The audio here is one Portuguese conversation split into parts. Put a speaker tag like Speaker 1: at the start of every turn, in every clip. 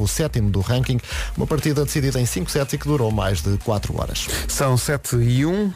Speaker 1: o sétimo do ranking, uma partida decidida em 5 sets e que durou mais de 4 horas.
Speaker 2: São 7 e 1.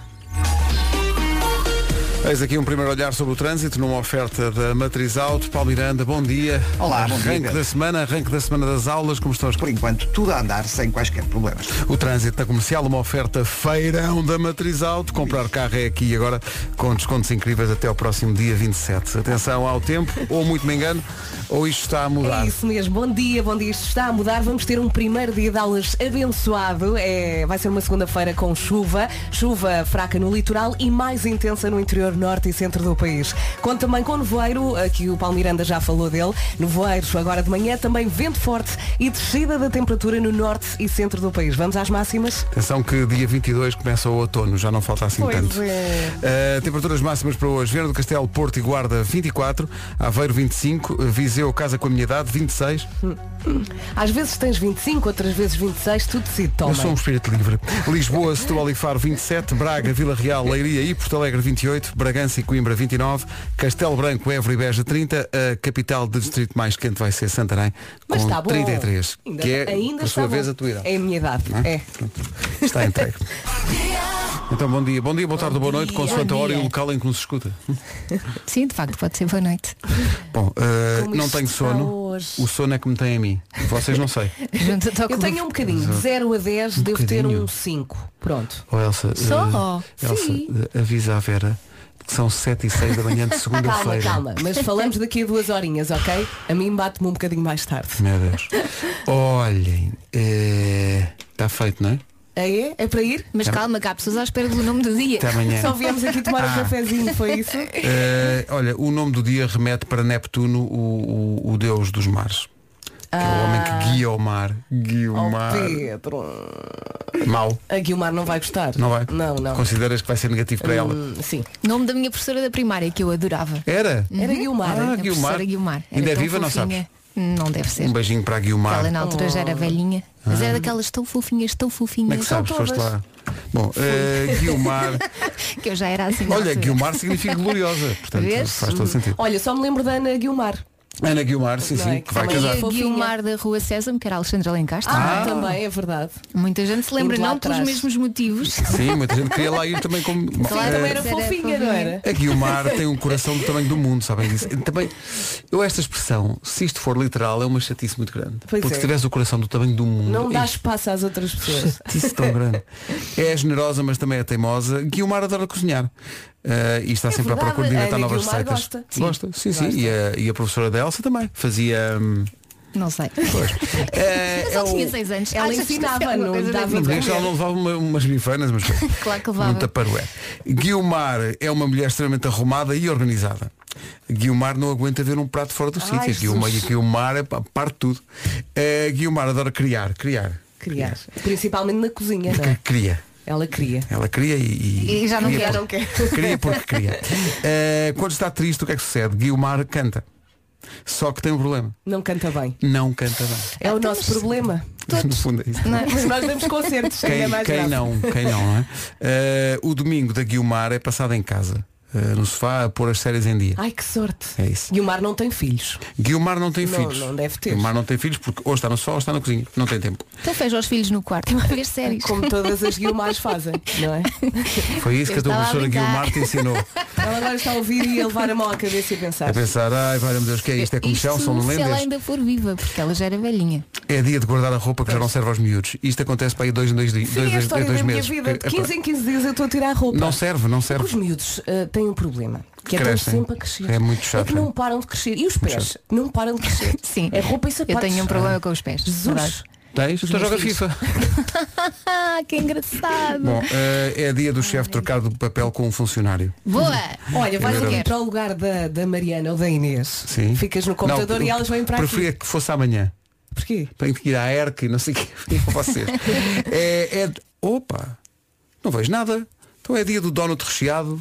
Speaker 2: Eis aqui um primeiro olhar sobre o trânsito numa oferta da Matriz Auto. Paulo Miranda, bom dia.
Speaker 3: Olá, bom dia,
Speaker 2: arranque
Speaker 3: Pedro.
Speaker 2: da semana, arranque da semana das aulas, como estão as
Speaker 3: Por enquanto, tudo a andar sem quaisquer problemas.
Speaker 2: O trânsito na comercial, uma oferta feirão da Matriz Auto. Comprar carro é aqui e agora com descontos incríveis até ao próximo dia 27. Atenção ao tempo, ou muito me engano, ou isto está a mudar.
Speaker 4: É isso mesmo, bom dia, bom dia, isto está a mudar, vamos ter um primeiro dia de aulas abençoado, é, vai ser uma segunda-feira com chuva, chuva fraca no litoral e mais intensa no interior norte e centro do país. Conto também com nevoeiro, aqui o Paulo Miranda já falou dele, nevoeiro agora de manhã, também vento forte e descida da temperatura no norte e centro do país. Vamos às máximas?
Speaker 2: Atenção que dia 22 começa o outono, já não falta assim
Speaker 4: Pois
Speaker 2: tanto.
Speaker 4: é.
Speaker 2: Uh, temperaturas máximas para hoje. Vieira do Castelo, Porto e Guarda 24, Aveiro 25, Viseu, Casa com a Minha Idade 26.
Speaker 4: Às vezes tens 25, outras vezes 26, tudo decide, toma.
Speaker 2: Eu sou um espírito livre. Lisboa, Setúbal e Faro 27, Braga, Vila Real, Leiria e Porto Alegre 28, Bragança e Coimbra 29, Castelo Branco, Évora e Beja 30, a capital do distrito mais quente vai ser Santarém com
Speaker 4: Mas está bom.
Speaker 2: 33,
Speaker 4: Ainda,
Speaker 2: que é
Speaker 4: ainda está
Speaker 2: por sua
Speaker 4: bom.
Speaker 2: vez a tua idade.
Speaker 4: É a minha idade, é.
Speaker 2: Está entregue. Então bom dia, bom dia, boa tarde, boa noite, consoante a hora e o local em que nos escuta.
Speaker 5: Sim, de facto, pode ser boa noite.
Speaker 2: Bom, eh,
Speaker 4: Como
Speaker 2: não
Speaker 4: isto
Speaker 2: tenho
Speaker 4: está
Speaker 2: sono.
Speaker 4: hoje.
Speaker 2: O sono é que me tem a mim. Vocês não sei.
Speaker 5: Junto ao
Speaker 4: Eu
Speaker 5: clube.
Speaker 4: tenho um bocadinho, de 0 a 10 devo ter
Speaker 2: bocadinho.
Speaker 4: um 5. Pronto.
Speaker 2: Oh, Elsa,
Speaker 5: Só?
Speaker 2: eh, Elsa
Speaker 5: Sim.
Speaker 2: eh, avisa a Vera que são 7 e 6 da manhã de
Speaker 4: Calma,
Speaker 2: segunda-feira.
Speaker 4: calma, mas falamos daqui a duas horinhas, ok? A mim bate-me um bocadinho mais tarde.
Speaker 2: Meu Deus. Olhem, está feito, não é?
Speaker 4: Aí é? É para ir?
Speaker 5: Mas calma, cá, há pessoas à espera do nome do dia.
Speaker 2: Até amanhã.
Speaker 4: Só viemos aqui tomar um
Speaker 2: Ah.
Speaker 4: cafezinho, foi isso?
Speaker 2: Eh, olha, o nome do dia remete para Neptuno, o, o, o deus dos mares. Que é o homem que guia o mar. Guia o
Speaker 4: Ah. Oh,
Speaker 2: mar.
Speaker 4: Pedro.
Speaker 2: Mau.
Speaker 4: A Guilmar não vai gostar.
Speaker 2: Não vai?
Speaker 4: Não, não.
Speaker 2: Consideras que vai ser negativo para ela?
Speaker 4: Hum, sim.
Speaker 5: Nome da minha professora da primária, que eu adorava. Uhum.
Speaker 2: Era?
Speaker 4: Era Guilmar.
Speaker 2: Ah,
Speaker 5: A
Speaker 2: Guilmar.
Speaker 5: professora Guilmar. Era
Speaker 2: Ainda é
Speaker 5: tão
Speaker 2: viva, não
Speaker 5: fofinha. Não deve ser.
Speaker 2: Um beijinho para a Guilmar. Oh. Ah.
Speaker 5: Ela é na altura já era velhinha. Mas era daquelas tão fofinhas, tão
Speaker 2: Como é
Speaker 5: fofinhas.
Speaker 2: que sabes?
Speaker 4: todas.
Speaker 2: Foste lá. Bom, eh, Guilmar.
Speaker 5: que eu já era assim. na
Speaker 2: Olha,
Speaker 5: altura.
Speaker 2: Guilmar significa gloriosa. Portanto,
Speaker 5: Vês?
Speaker 2: faz todo sentido.
Speaker 4: Olha, só me lembro da Ana Guilmar.
Speaker 2: Ana Guilmar, sim,
Speaker 4: Não
Speaker 2: sim,
Speaker 4: é?
Speaker 2: que vai
Speaker 4: Também
Speaker 2: casar.
Speaker 4: é-
Speaker 5: E a Guilmar da Rua Sésamo, que era Alexandre Alencastro.
Speaker 4: Ah, também, é verdade.
Speaker 5: Muita gente se lembra,
Speaker 4: Indo lá
Speaker 5: não pelos
Speaker 4: atrás.
Speaker 5: mesmos motivos.
Speaker 2: Sim, muita gente queria lá ir também como. Bom,
Speaker 5: Claro,
Speaker 2: eh,
Speaker 4: Também era
Speaker 5: Era
Speaker 4: fofinha, não era?
Speaker 2: A Guilmar tem um coração do tamanho do mundo, sabem disso? Também, eu esta expressão, se isto for literal, é uma chatice muito grande.
Speaker 4: Pois
Speaker 2: Porque
Speaker 4: é.
Speaker 2: se tivesse o coração do tamanho do mundo.
Speaker 4: Não dá
Speaker 2: isto-
Speaker 4: espaço às outras pessoas.
Speaker 2: chatice é tão grande. É generosa, mas também é teimosa. Guilmar adora cozinhar. Eh, e está
Speaker 4: É
Speaker 2: sempre à
Speaker 4: verdade,
Speaker 2: procura de inventar
Speaker 4: a Ana
Speaker 2: novas
Speaker 4: Guilmar
Speaker 2: receitas.
Speaker 4: gosta.
Speaker 2: Sim. Gosta, sim, sim. E a, e a professora da Elsa também. Fazia. hum,
Speaker 5: Não sei.
Speaker 2: eh,
Speaker 5: Eu
Speaker 2: é
Speaker 5: só
Speaker 2: o-
Speaker 5: tinha seis anos.
Speaker 4: Ela
Speaker 5: Achas que isto é
Speaker 4: ensinava,
Speaker 5: uma
Speaker 4: Ah, não
Speaker 5: coisa
Speaker 4: dava
Speaker 5: desse
Speaker 2: Não
Speaker 4: de
Speaker 2: digas que ela não levava uma- umas bifanas, mas
Speaker 5: Claro que levava.
Speaker 2: um taparué. Guilmar é uma mulher extremamente arrumada e organizada. Guilmar não aguenta ver um prato fora do sítio. Guilmar, e Guilmar é pa- parte de tudo. Eh, Guilmar adora criar, criar.
Speaker 4: Criar. Principalmente na cozinha, não é?
Speaker 2: Cria.
Speaker 4: Ela queria.
Speaker 2: Ela cria e,
Speaker 5: E já não
Speaker 2: cria
Speaker 5: quer,
Speaker 2: por-
Speaker 5: não quer.
Speaker 2: Cria porque cria. Eh, quando está triste, o que é que sucede? Guilmar canta. Só que tem um problema.
Speaker 4: Não canta bem.
Speaker 2: Não canta bem.
Speaker 4: É o nosso problema.
Speaker 2: No fundo é isso.
Speaker 5: Então, Não é?
Speaker 4: Mas nós damos concertos. ainda
Speaker 2: Quem,
Speaker 4: mais
Speaker 2: quem
Speaker 4: grave.
Speaker 2: não, quem não, não é? Eh, o domingo da Guilmar é passado em casa, eh, no sofá, a pôr as séries em dia.
Speaker 4: Ai que sorte.
Speaker 2: É isso.
Speaker 4: E o Mar não tem filhos.
Speaker 2: Guilmar não tem
Speaker 4: Não,
Speaker 2: filhos.
Speaker 4: não deve ter.
Speaker 2: Guilmar não tem filhos porque ou está no sol ou está na cozinha. Não tem tempo.
Speaker 5: Então fez aos filhos no quarto. Uma vez séries.
Speaker 4: Como todas as Guilmares fazem, não é?
Speaker 2: Foi isso
Speaker 5: Eu
Speaker 2: que a tua
Speaker 5: estava a
Speaker 2: professora
Speaker 5: brincar.
Speaker 2: Guilmar te ensinou.
Speaker 4: Ela agora está a ouvir e a levar a mão à cabeça e a
Speaker 2: A
Speaker 4: pensar.
Speaker 2: pensar, ai, valha-me Deus, o que é isto? É comichão,
Speaker 5: Isto
Speaker 2: são
Speaker 5: se ela
Speaker 2: lendas.
Speaker 5: ainda for viva, porque ela já era velhinha.
Speaker 2: É dia de guardar a roupa que já não serve aos miúdos. Isto acontece para aí dois em dois, dias,
Speaker 4: Sim,
Speaker 2: dois,
Speaker 4: é a
Speaker 2: dois,
Speaker 4: história
Speaker 2: dois
Speaker 4: da minha
Speaker 2: meses.
Speaker 4: vida. De
Speaker 2: É, é,
Speaker 4: 15 em 15 dias eu estou a tirar a roupa.
Speaker 2: Não serve, não
Speaker 4: Os
Speaker 2: serve.
Speaker 4: miúdos ah, têm um problema. Que é
Speaker 2: Crescem.
Speaker 4: estão sempre a crescer.
Speaker 2: É muito chato,
Speaker 4: É que
Speaker 2: é?
Speaker 4: não param de crescer. E os pés não param de crescer.
Speaker 5: Sim.
Speaker 4: É roupa e
Speaker 5: Eu
Speaker 4: sapatos.
Speaker 5: tenho um problema com os pés. verdade.
Speaker 4: Jesus.
Speaker 2: Tens? Então
Speaker 5: meus
Speaker 2: joga
Speaker 5: filhos.
Speaker 2: FIFA.
Speaker 5: Ah,
Speaker 4: é
Speaker 5: que engraçado.
Speaker 2: Bom, eh, é dia do chefe trocar do papel com um funcionário.
Speaker 5: Boa!
Speaker 4: Olha, vais
Speaker 2: Agora-
Speaker 4: aqui para o lugar da, da Mariana ou da Inês.
Speaker 2: Sim.
Speaker 4: Ficas no computador
Speaker 2: Não,
Speaker 4: e elas vêm para
Speaker 2: Preferia
Speaker 4: aqui.
Speaker 2: que fosse amanhã.
Speaker 4: Porquê?
Speaker 2: Tenho que ir à ERC e não sei o que para vocês. é, é- Opa! Não vejo nada. Então é dia do donut recheado.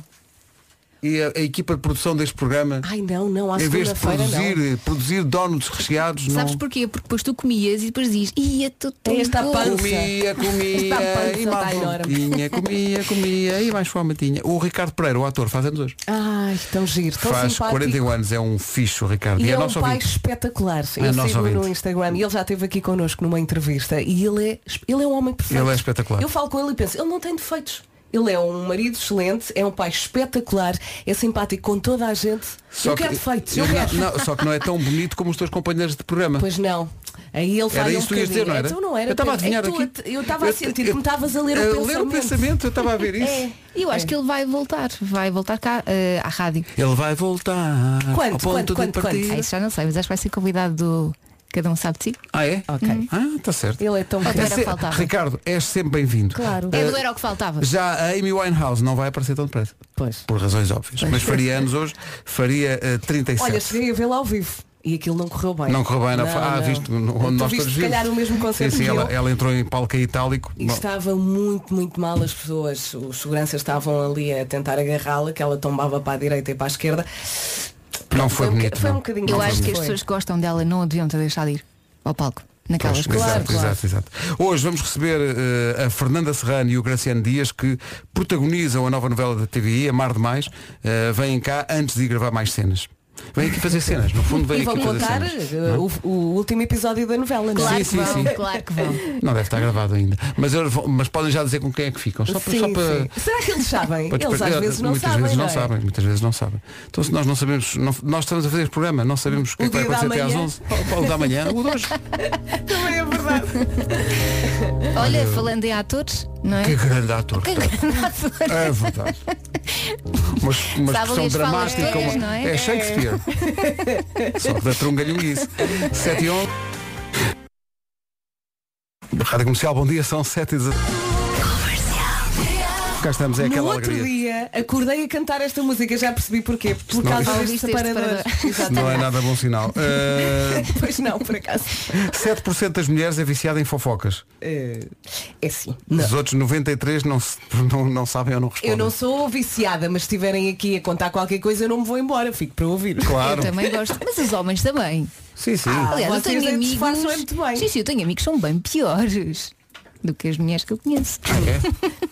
Speaker 2: e a, a equipa de produção deste programa,
Speaker 4: Ai não, não, à
Speaker 2: em vez de
Speaker 4: segunda-feira
Speaker 2: produzir, eh,
Speaker 4: não.
Speaker 2: produzir donuts recheados,
Speaker 5: Sabes
Speaker 2: não.
Speaker 5: porquê? Porque depois tu comias e depois diz, ia tu tão
Speaker 4: Esta
Speaker 5: bom."
Speaker 4: pança.
Speaker 2: Comia,
Speaker 4: Está a
Speaker 2: comia
Speaker 4: pança,
Speaker 2: e
Speaker 4: está
Speaker 5: tá
Speaker 2: mais
Speaker 4: enorme.
Speaker 2: fometinha, comia, comia e mais fome tinha. O Ricardo Pereira, o ator, faz anos hoje.
Speaker 4: Ai, tão giro, tão
Speaker 2: Faz
Speaker 4: simpático.
Speaker 2: 41 anos, é um ficho, Ricardo.
Speaker 4: E é um
Speaker 2: nosso
Speaker 4: pai
Speaker 2: ouvinte.
Speaker 4: espetacular.
Speaker 2: É
Speaker 4: Eu
Speaker 2: nosso
Speaker 4: sigo no
Speaker 2: ouvinte.
Speaker 4: Instagram e ele já esteve aqui connosco numa entrevista e ele é, ele é um homem perfeito.
Speaker 2: Ele é espetacular.
Speaker 4: Eu falo com ele e penso, ele não tem defeitos. Ele é um marido excelente, é um pai espetacular, é simpático com toda a gente. eu quero defeitos, eu,
Speaker 2: não-
Speaker 4: quero.
Speaker 2: não, só que não é tão bonito como os teus companheiros de programa.
Speaker 4: Pois não. Aí ele
Speaker 2: Era
Speaker 4: falha um
Speaker 2: isso que tu ias dizer,
Speaker 4: bocadinho.
Speaker 2: não era?
Speaker 4: Então não era.
Speaker 2: Eu estava a
Speaker 4: Pedro. É
Speaker 2: adivinhar
Speaker 4: que tu
Speaker 2: aqui.
Speaker 4: Eu estava a
Speaker 2: Eu-
Speaker 4: sentir
Speaker 2: eu-
Speaker 4: que me estavas a ler o
Speaker 2: a
Speaker 4: pensamento.
Speaker 2: ler o pensamento, eu estava a ver isso.
Speaker 4: É.
Speaker 5: E eu acho que ele vai voltar, vai voltar cá eh, à rádio.
Speaker 2: Ele vai voltar
Speaker 4: Quando?
Speaker 2: Ah, ao
Speaker 4: Quando?
Speaker 2: ponto de
Speaker 4: Quando? Quando?
Speaker 2: partida.
Speaker 5: Ah, isso já não sei, mas acho que vai ser convidado do Cada um sabe de si.
Speaker 2: Ah, é?
Speaker 4: Ok.
Speaker 2: Ah, está certo.
Speaker 4: Ele é tão
Speaker 5: Ah,
Speaker 2: É
Speaker 5: Era
Speaker 2: se-
Speaker 5: faltava.
Speaker 2: Ricardo, és sempre bem-vindo.
Speaker 4: Claro.
Speaker 5: É do era o que faltava.
Speaker 2: Já a Amy Winehouse não vai aparecer tão depressa.
Speaker 4: Pois.
Speaker 2: Por razões óbvias. Mas faria anos hoje, faria eh, 37.
Speaker 4: Olha, cheguei a vê-la ao vivo e aquilo não correu bem.
Speaker 2: Não correu bem, não. foi- ah,
Speaker 4: não.
Speaker 2: visto onde
Speaker 4: Tu
Speaker 2: nós
Speaker 4: viste,
Speaker 2: todos
Speaker 4: se
Speaker 2: vimos.
Speaker 4: calhar o mesmo concerto
Speaker 2: Sim, sim,
Speaker 4: que
Speaker 2: ela,
Speaker 4: eu.
Speaker 2: ela entrou em palco em itálico.
Speaker 4: E
Speaker 2: Bom,
Speaker 4: estava muito, muito mal as pessoas. Os seguranças estavam ali a tentar agarrá-la, que ela tombava para a direita e para a esquerda.
Speaker 2: não foi
Speaker 4: um boca-
Speaker 2: bonito.
Speaker 4: foi um
Speaker 2: não.
Speaker 4: bocadinho
Speaker 5: Eu
Speaker 4: Não,
Speaker 5: acho
Speaker 4: não
Speaker 5: que as
Speaker 4: foi.
Speaker 5: pessoas que gostam dela não a deviam ter deixado ir ao palco. Naquelas
Speaker 2: Pois,
Speaker 5: coisas.
Speaker 2: exato,
Speaker 4: Claro, claro.
Speaker 2: exato, exato. Hoje vamos receber eh, a Fernanda Serrano e o Graciano Dias que protagonizam a nova novela da TVI, Amar Demais. Eh, vêm cá antes de ir gravar mais cenas. Vêm aqui fazer cenas, no fundo vêm
Speaker 4: E
Speaker 2: aqui
Speaker 4: vão
Speaker 2: fazer
Speaker 4: contar
Speaker 2: cenas.
Speaker 4: eh,
Speaker 2: não é?
Speaker 4: o, o último episódio da novela, não é?
Speaker 5: Claro
Speaker 2: Sim,
Speaker 5: que
Speaker 2: sim,
Speaker 5: vão,
Speaker 2: sim.
Speaker 5: claro que vão.
Speaker 2: Não deve estar gravado ainda. Mas, eles vão- mas podem já dizer com quem é que ficam. Só para.
Speaker 4: Sim,
Speaker 2: só para-
Speaker 4: sim. Será que eles sabem?
Speaker 2: para
Speaker 4: Eles às
Speaker 2: despertar-
Speaker 4: vezes não
Speaker 2: muitas
Speaker 4: sabem.
Speaker 2: vezes não,
Speaker 4: não é?
Speaker 2: sabem, muitas vezes não sabem. Então se nós não sabemos, não- nós estamos a fazer este programa, não sabemos o que
Speaker 4: O
Speaker 2: é que vai
Speaker 4: dia da
Speaker 2: acontecer até às
Speaker 4: manhã.
Speaker 2: 11, ou, ou da manhã, ou de hoje.
Speaker 4: Também é verdade.
Speaker 5: Olha, falando em atores, não é?
Speaker 2: Que grande ator.
Speaker 5: Que
Speaker 2: que tem.
Speaker 5: grande ator.
Speaker 2: É verdade. Mas uma
Speaker 5: Sabe ali
Speaker 2: expressão
Speaker 5: as falas
Speaker 2: dramática.
Speaker 5: todas,
Speaker 2: uma-
Speaker 5: não é?
Speaker 2: é Shakespeare. Só um que da trungalhonguice. 7 e 11. Rádio Comercial, bom dia, são 7 e 19. Cá estamos, é
Speaker 4: No
Speaker 2: aquela
Speaker 4: outro
Speaker 2: alegria.
Speaker 4: dia acordei a cantar esta música, já percebi porquê. Por causa
Speaker 5: Ah,
Speaker 4: deste
Speaker 5: ouviste este
Speaker 4: separador.
Speaker 5: separador.
Speaker 2: Não
Speaker 4: Exatamente.
Speaker 2: é nada bom sinal. Eh,
Speaker 4: Pois não, por acaso.
Speaker 2: 7% das mulheres é viciada em fofocas.
Speaker 4: Eh, É sim. Não.
Speaker 2: Os outros 93 não, se- não, não sabem ou não respondem.
Speaker 4: Eu não sou viciada, mas se estiverem aqui a contar qualquer coisa, eu não me vou embora, fico para ouvir.
Speaker 2: Claro.
Speaker 5: Eu também gosto. Mas os homens também.
Speaker 2: Sim, sim.
Speaker 5: Aliás, eu
Speaker 4: vocês é
Speaker 5: tenho
Speaker 4: que
Speaker 5: amigos.
Speaker 4: disfarçam é muito bem.
Speaker 5: Sim, sim, eu tenho amigos que são bem piores do que as mulheres que eu conheço.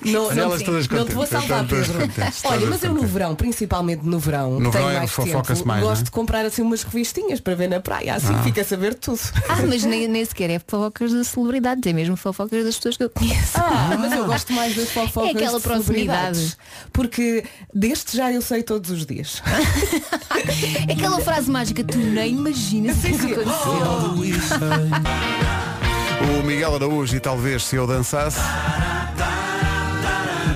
Speaker 4: Não,
Speaker 2: Olha, elas
Speaker 4: sim,
Speaker 2: É? todas
Speaker 4: não te vou
Speaker 2: contentes,
Speaker 4: salvar,
Speaker 2: todas
Speaker 4: Pedro.
Speaker 2: contentes,
Speaker 4: Olha,
Speaker 2: todas
Speaker 4: mas eu no
Speaker 2: contentes.
Speaker 4: verão, principalmente no verão,
Speaker 2: No
Speaker 4: tenho
Speaker 2: verão é
Speaker 4: mais
Speaker 2: que fofoca-se
Speaker 4: tempo.
Speaker 2: mais, não é?
Speaker 4: Gosto de comprar assim umas revistinhas para ver na praia, assim fica a saber tudo.
Speaker 5: Ah, mas nem, nem sequer é fofocas de celebridades, é mesmo fofocas das pessoas que eu conheço.
Speaker 4: Ah, mas eu gosto mais das fofocas.
Speaker 5: É aquela
Speaker 4: de celebridades,
Speaker 5: proximidade.
Speaker 4: Porque deste já eu sei todos os dias.
Speaker 5: é Aquela frase mágica, tu nem imaginas o que
Speaker 4: Sim, sim.
Speaker 5: aconteceu.
Speaker 2: O Miguel Araújo e talvez se eu dançasse.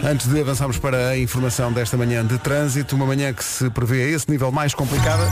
Speaker 2: Antes de avançarmos para a informação desta manhã de trânsito, uma manhã que se prevê a esse nível mais complicada.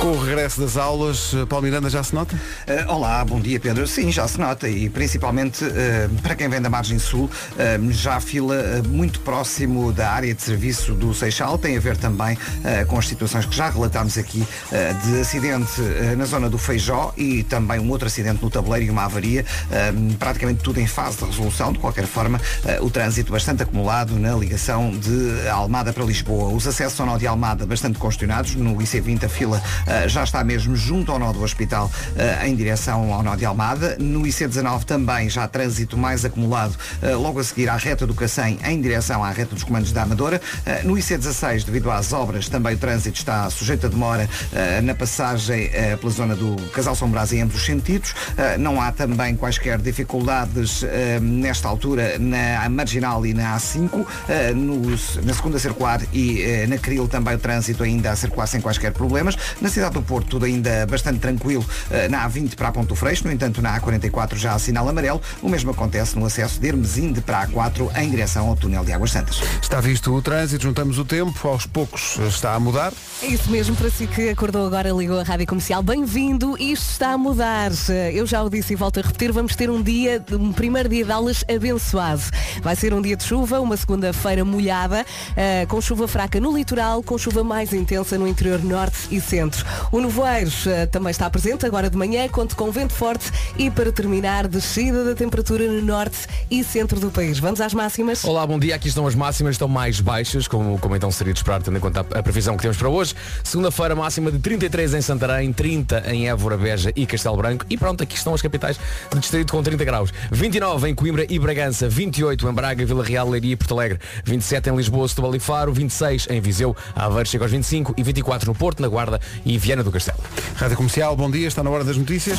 Speaker 2: Com o regresso das aulas, eh, Paulo Miranda já se nota?
Speaker 3: Eh, olá, bom dia Pedro. Sim, já se nota e principalmente eh, para quem vem da margem sul, eh, já a fila eh, muito próximo da área de serviço do Seixal. Tem a ver também eh, com as situações que já relatámos aqui eh, de acidente eh, na zona do Feijó e também um outro acidente no tabuleiro e uma avaria. eh, praticamente tudo em fase de resolução. De qualquer forma, eh, o trânsito bastante acumulado na ligação de Almada para Lisboa. Os acessos ao nó de Almada bastante congestionados. No IC20 a fila eh, já está mesmo junto ao nó do hospital eh, em direção ao nó de Almada. No IC19 também já trânsito mais acumulado eh, logo a seguir à reta do Cacém em direção à reta dos comandos da Amadora. Eh, No IC16, devido às obras, também o trânsito está sujeito a demora eh, na passagem eh, pela zona do Casal São Brás em ambos os sentidos. Eh, Não há também quaisquer dificuldades eh, nesta altura na Marginal e na A5. Eh, no- Na segunda circular e eh, na Cril também o trânsito ainda a circular sem quaisquer problemas. Na cidade do Porto, tudo ainda bastante tranquilo eh, na A20 para a Ponto Freixo, no entanto na A44 já há sinal amarelo. O mesmo acontece no acesso de Hermesinde para a A4 em direção ao túnel de Águas Santas.
Speaker 2: Está visto o trânsito, juntamos o tempo, aos poucos eh, está a mudar.
Speaker 4: É isso mesmo, para si que acordou agora, ligou a Rádio Comercial, bem-vindo, isto está a mudar. Eu já o disse e volto a repetir, vamos ter um dia, um primeiro dia de aulas abençoado. Vai ser um dia de chuva, uma segunda-feira molhada, eh, com chuva fraca no litoral, com chuva mais intensa no interior norte e centro. O Nevoeiros eh, também está presente agora de manhã, conto com vento forte e para terminar, descida da temperatura no norte e centro do país. Vamos às máximas?
Speaker 6: Olá, bom dia. Aqui estão as máximas, estão mais baixas, como, como então seria de esperar, tendo em conta a, a previsão que temos para hoje. Segunda-feira, máxima de 33 em Santarém, 30 em Évora, Beja e Castelo Branco. E pronto, aqui estão as capitais de distrito com 30 graus. 29 em Coimbra e Bragança, 28 em Braga, Vila Real, Leiria e Porto Alegre, 27 em Lisboa, Setúbal e Faro, 26 em Viseu, Aveiro chega aos 25 e 24 no Porto, na Guarda e Viana do Castelo.
Speaker 2: Rádio Comercial, bom dia, está na hora das notícias.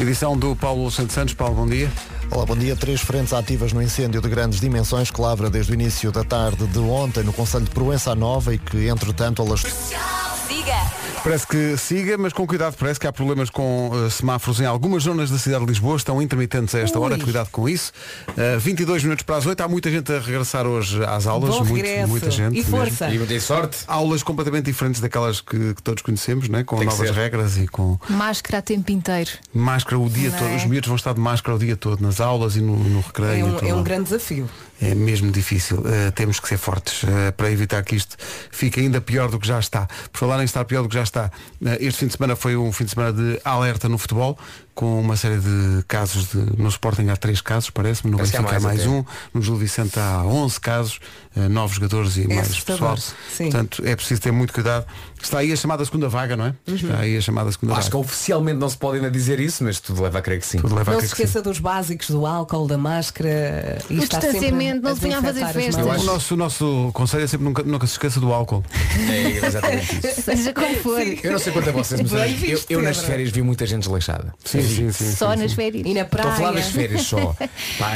Speaker 2: Edição do Paulo Santos Santos. Paulo, bom dia.
Speaker 1: Olá, bom dia. Três frentes ativas no incêndio de grandes dimensões que lavra desde o início da tarde de ontem no Conselho de Proença Nova e que, entretanto, elas...
Speaker 2: Parece que siga, mas com cuidado, parece que há problemas com eh, semáforos em algumas zonas da cidade de Lisboa, estão intermitentes a esta hora, cuidado com isso. Eh, 22 minutos para as 8, há muita gente a regressar hoje às aulas,
Speaker 4: Bom
Speaker 2: muito-
Speaker 4: regresso.
Speaker 2: muita gente.
Speaker 4: E
Speaker 2: mesmo.
Speaker 4: força.
Speaker 6: E tem sorte.
Speaker 2: Aulas completamente diferentes daquelas que, que todos conhecemos, né? com
Speaker 6: Tem que
Speaker 2: novas
Speaker 6: ser.
Speaker 2: regras e com
Speaker 5: Máscara a tempo inteiro.
Speaker 2: máscara o dia
Speaker 5: Não
Speaker 2: todo.
Speaker 5: é?
Speaker 2: Os miúdos vão estar de máscara o dia todo, nas aulas e no, no recreio.
Speaker 4: É
Speaker 2: e
Speaker 4: um,
Speaker 2: tudo
Speaker 4: é um
Speaker 2: lá.
Speaker 4: grande desafio.
Speaker 2: É mesmo difícil. Uh, temos que ser fortes uh, para evitar que isto fique ainda pior do que já está. Por falar em estar pior do que já está, uh, este fim de semana foi um fim de semana de alerta no futebol, com uma série de casos. De, no Sporting há três casos, parece-me. No
Speaker 6: Parece que há
Speaker 2: Benfica há
Speaker 6: mais
Speaker 2: mais,
Speaker 6: até.
Speaker 2: um. No Gil Vicente há 11 casos, uh, novos jogadores e mais
Speaker 4: É assustador,
Speaker 2: pessoal.
Speaker 4: sim.
Speaker 2: Portanto, é preciso ter muito cuidado. Está aí a chamada segunda vaga, não é?
Speaker 4: Uhum.
Speaker 2: Está aí a chamada segunda
Speaker 6: Acho que
Speaker 2: vaga.
Speaker 6: oficialmente não se pode ainda dizer isso, mas tudo leva a crer que sim.
Speaker 2: Tudo leva a
Speaker 4: Não se
Speaker 2: crer que sim.
Speaker 4: esqueça dos básicos, do álcool, da máscara e
Speaker 5: O
Speaker 4: estar sempre
Speaker 5: distanciamento, não se venha a fazer
Speaker 4: desinfetar as
Speaker 5: festas.
Speaker 4: mãos.
Speaker 6: Eu acho-
Speaker 2: O nosso, o nosso conselho é sempre nunca, nunca se esqueça do álcool.
Speaker 6: É exatamente isso.
Speaker 5: Seja como for.
Speaker 6: Eu não sei quanto a vocês, mas
Speaker 4: Bem
Speaker 6: eu- eu,
Speaker 4: visto,
Speaker 6: eu nas
Speaker 4: Pedro.
Speaker 6: férias vi muita gente desleixada.
Speaker 2: Sim, sim,
Speaker 5: Só nas férias.
Speaker 4: E na
Speaker 6: Estou a falar
Speaker 4: praia.
Speaker 6: das férias só. Pá,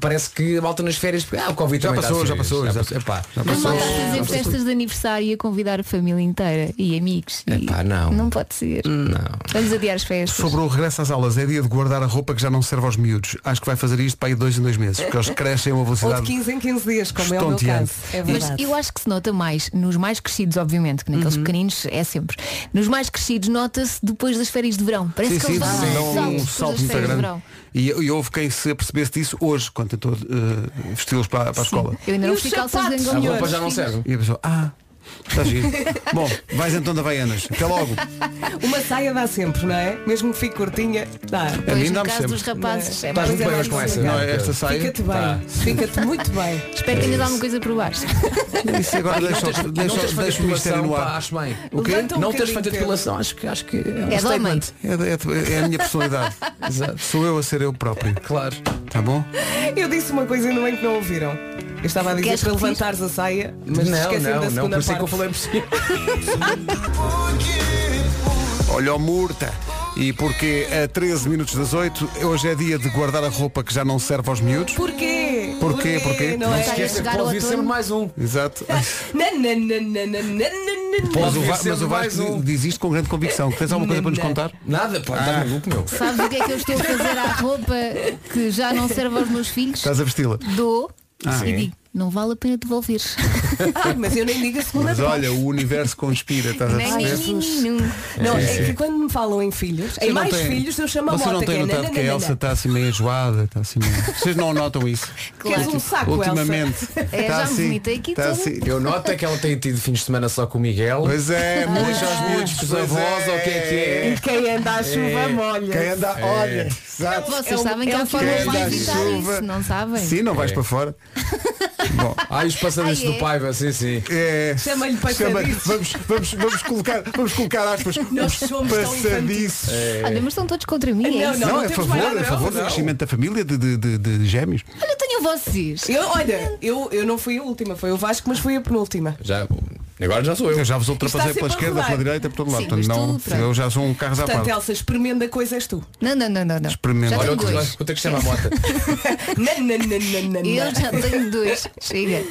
Speaker 6: parece que volta nas férias. Ah, o Covid
Speaker 2: Já
Speaker 6: também
Speaker 2: passou,
Speaker 6: está
Speaker 2: já
Speaker 6: a
Speaker 2: passou,
Speaker 6: serias.
Speaker 2: já-
Speaker 6: Epá,
Speaker 2: já
Speaker 5: Mas
Speaker 2: passou.
Speaker 5: não está a fazer festas de aniversário e a convidar a família inteira e amigos. e-
Speaker 6: Epá, não.
Speaker 5: Não pode ser.
Speaker 4: Hum.
Speaker 6: Não.
Speaker 5: Vamos adiar as festas.
Speaker 2: Sobre o regresso às aulas, é dia de guardar a roupa que já não serve aos miúdos. Acho que vai fazer isto para aí dois em dois meses, porque eles crescem a uma
Speaker 4: Ou de
Speaker 2: velocidade.
Speaker 4: 15 em 15 dias, como é o meu
Speaker 2: Estonteante.
Speaker 4: caso. É
Speaker 5: Mas
Speaker 4: verdade. Uhum.
Speaker 5: eu acho que se nota mais nos mais crescidos, obviamente, que naqueles pequeninos é sempre. Nos mais crescidos nota-se depois das férias de verão. Parece
Speaker 2: Sim,
Speaker 5: que
Speaker 2: sim,
Speaker 5: eles dão
Speaker 2: sim, dá
Speaker 5: um salto
Speaker 2: um
Speaker 5: depois
Speaker 2: salto
Speaker 5: das
Speaker 2: muito
Speaker 5: férias de
Speaker 2: grande.
Speaker 5: verão.
Speaker 2: E, e houve quem se apercebesse disso hoje, quando tentou eh, vesti-los para, para a escola.
Speaker 5: Eu ainda
Speaker 4: E
Speaker 5: não
Speaker 4: os
Speaker 5: fui calças
Speaker 4: sapatos,
Speaker 5: de
Speaker 6: A
Speaker 5: Angola.
Speaker 6: roupa já não serve.
Speaker 2: E a pessoa, ah, está giro. Bom, vais então da Havaianas. Até logo.
Speaker 4: Uma saia dá sempre, não é? Mesmo que fique curtinha, dá.
Speaker 2: A mim
Speaker 5: Pois, no
Speaker 2: dá-me
Speaker 5: caso
Speaker 2: sempre.
Speaker 5: dos rapazes, é
Speaker 4: Estás
Speaker 5: mais
Speaker 4: muito bem
Speaker 5: é mais
Speaker 4: com essa,
Speaker 5: complicado.
Speaker 2: Não, esta saia. tá.
Speaker 4: Fica-te bem. Fica-te muito bem.
Speaker 5: Espero que tenhas alguma coisa por baixo.
Speaker 2: Isso é agora deixa, deixa, deixa, o mistério no ar.
Speaker 6: acho bem.
Speaker 4: O quê? Levanta um
Speaker 6: não tens
Speaker 4: bocadinho,
Speaker 6: feito a
Speaker 4: Pedro.
Speaker 6: depilação, acho que, acho que é um
Speaker 5: É de homem.
Speaker 6: statement.
Speaker 2: É, é- é a minha personalidade. Sou eu a ser eu próprio.
Speaker 6: Claro.
Speaker 2: Tá bom?
Speaker 4: Eu disse uma coisa ainda bem que não ouviram. Eu estava a dizer
Speaker 5: Queres
Speaker 4: para
Speaker 5: repetir?
Speaker 4: levantares a saia, mas
Speaker 6: não,
Speaker 4: esqueci da
Speaker 6: não, não,
Speaker 4: segunda
Speaker 6: por isso é que eu
Speaker 4: parte.
Speaker 6: falei por si.
Speaker 2: Olha o murta. E porque a 13 minutos das 8, hoje é dia de guardar a roupa que já não serve aos miúdos.
Speaker 4: Porquê?
Speaker 2: Porquê? Porquê?
Speaker 4: Não,
Speaker 2: Não
Speaker 4: é?
Speaker 5: esquece-
Speaker 2: se
Speaker 6: Esquece que
Speaker 5: chegar ao
Speaker 6: pode vir
Speaker 5: outono.
Speaker 6: sempre mais um.
Speaker 2: Exato.
Speaker 4: Na, na, na, na, na, na, na, na.
Speaker 2: Mas
Speaker 6: Pode
Speaker 2: o,
Speaker 6: vir
Speaker 2: Va- mas
Speaker 6: sempre
Speaker 2: o
Speaker 6: mais
Speaker 2: Vasco
Speaker 6: um.
Speaker 2: di- diz isto com grande convicção. Tens alguma coisa para nos contar? Ah.
Speaker 6: Nada, pá, estás maluco, meu.
Speaker 5: Sabes o que é que eu estou a fazer à roupa que já não serve aos meus filhos?
Speaker 2: Estás a Ah, vesti-la.
Speaker 5: Dou
Speaker 6: sim.
Speaker 5: e digo, não vale a pena devolver.
Speaker 4: Ai, mas eu nem digo assim. a segunda
Speaker 2: Mas
Speaker 4: parte.
Speaker 2: olha, o universo conspira, estás a
Speaker 5: Nem, nem,
Speaker 2: perceber?
Speaker 5: nem, nem, nem.
Speaker 4: Não, é que quando me falam em filhos, em
Speaker 2: Vocês não
Speaker 4: mais
Speaker 2: têm-
Speaker 4: filhos, eu chamo a é
Speaker 2: Vocês
Speaker 4: moto.
Speaker 2: não têm notado que a Elsa está assim meio enjoada, está assim meio... Vocês não notam isso?
Speaker 4: Queres um saco,
Speaker 2: Ultimamente.
Speaker 5: É,
Speaker 2: Está
Speaker 5: já me
Speaker 2: assim,
Speaker 5: vomitei aqui
Speaker 2: está
Speaker 5: toda.
Speaker 2: assim.
Speaker 6: Eu noto é que ela tem tido fins de semana só com o Miguel.
Speaker 2: Pois é, muitos
Speaker 6: Deixa os miúdos É. com os
Speaker 2: pois
Speaker 6: avós, ou o que é que é.
Speaker 4: Elsa. Quem anda à chuva É. molha.
Speaker 2: Quem anda, olha, exato.
Speaker 5: Vocês
Speaker 4: É um-
Speaker 5: sabem que
Speaker 4: é um
Speaker 5: há formas de
Speaker 4: filho
Speaker 5: evitar
Speaker 2: chuva.
Speaker 5: isso, não sabem?
Speaker 2: Sim, não vais
Speaker 6: É.
Speaker 2: para fora. Bom,
Speaker 6: Ai, os passadeiros
Speaker 5: Ai, é?
Speaker 6: do Paiva, sim, sim.
Speaker 2: é.
Speaker 4: Chama-lhe passadiços.
Speaker 2: vamos, vamos, vamos, colocar, vamos colocar aspas.
Speaker 4: Nós
Speaker 2: os
Speaker 4: somos tão
Speaker 2: passadiços.
Speaker 5: Olha, mas estão todos contra mim, é
Speaker 4: Não,
Speaker 5: isso?
Speaker 4: não.
Speaker 2: Não, é a
Speaker 4: temos
Speaker 2: favor,
Speaker 4: mais
Speaker 2: é a
Speaker 4: nada,
Speaker 2: favor
Speaker 4: não.
Speaker 2: do crescimento da família de, de, de, de gêmeos.
Speaker 5: Olha, tenho vocês.
Speaker 4: Eu, olha, eu, eu não fui a última, foi o Vasco, mas fui a penúltima.
Speaker 6: Já, agora já sou eu.
Speaker 2: Eu já vos
Speaker 4: Está
Speaker 2: ultrapassei
Speaker 4: sempre
Speaker 2: pela
Speaker 4: a
Speaker 2: esquerda,
Speaker 4: rodar.
Speaker 2: pela direita, por todo lado.
Speaker 5: Sim,
Speaker 2: Portanto,
Speaker 5: mas
Speaker 2: não,
Speaker 5: tu, pronto.
Speaker 2: eu já sou um carro à
Speaker 4: Portanto,
Speaker 2: parte.
Speaker 4: Elsa, experimenta coisa és tu.
Speaker 5: Não, não, não, não, não.
Speaker 2: Experimenta.
Speaker 5: Já
Speaker 6: Olha,
Speaker 5: tenho
Speaker 6: eu tenho,
Speaker 5: dois.
Speaker 6: eu tenho que chamar a moto.
Speaker 4: Na, na, na, na, na, na.
Speaker 5: Eu já tenho dois. Chega.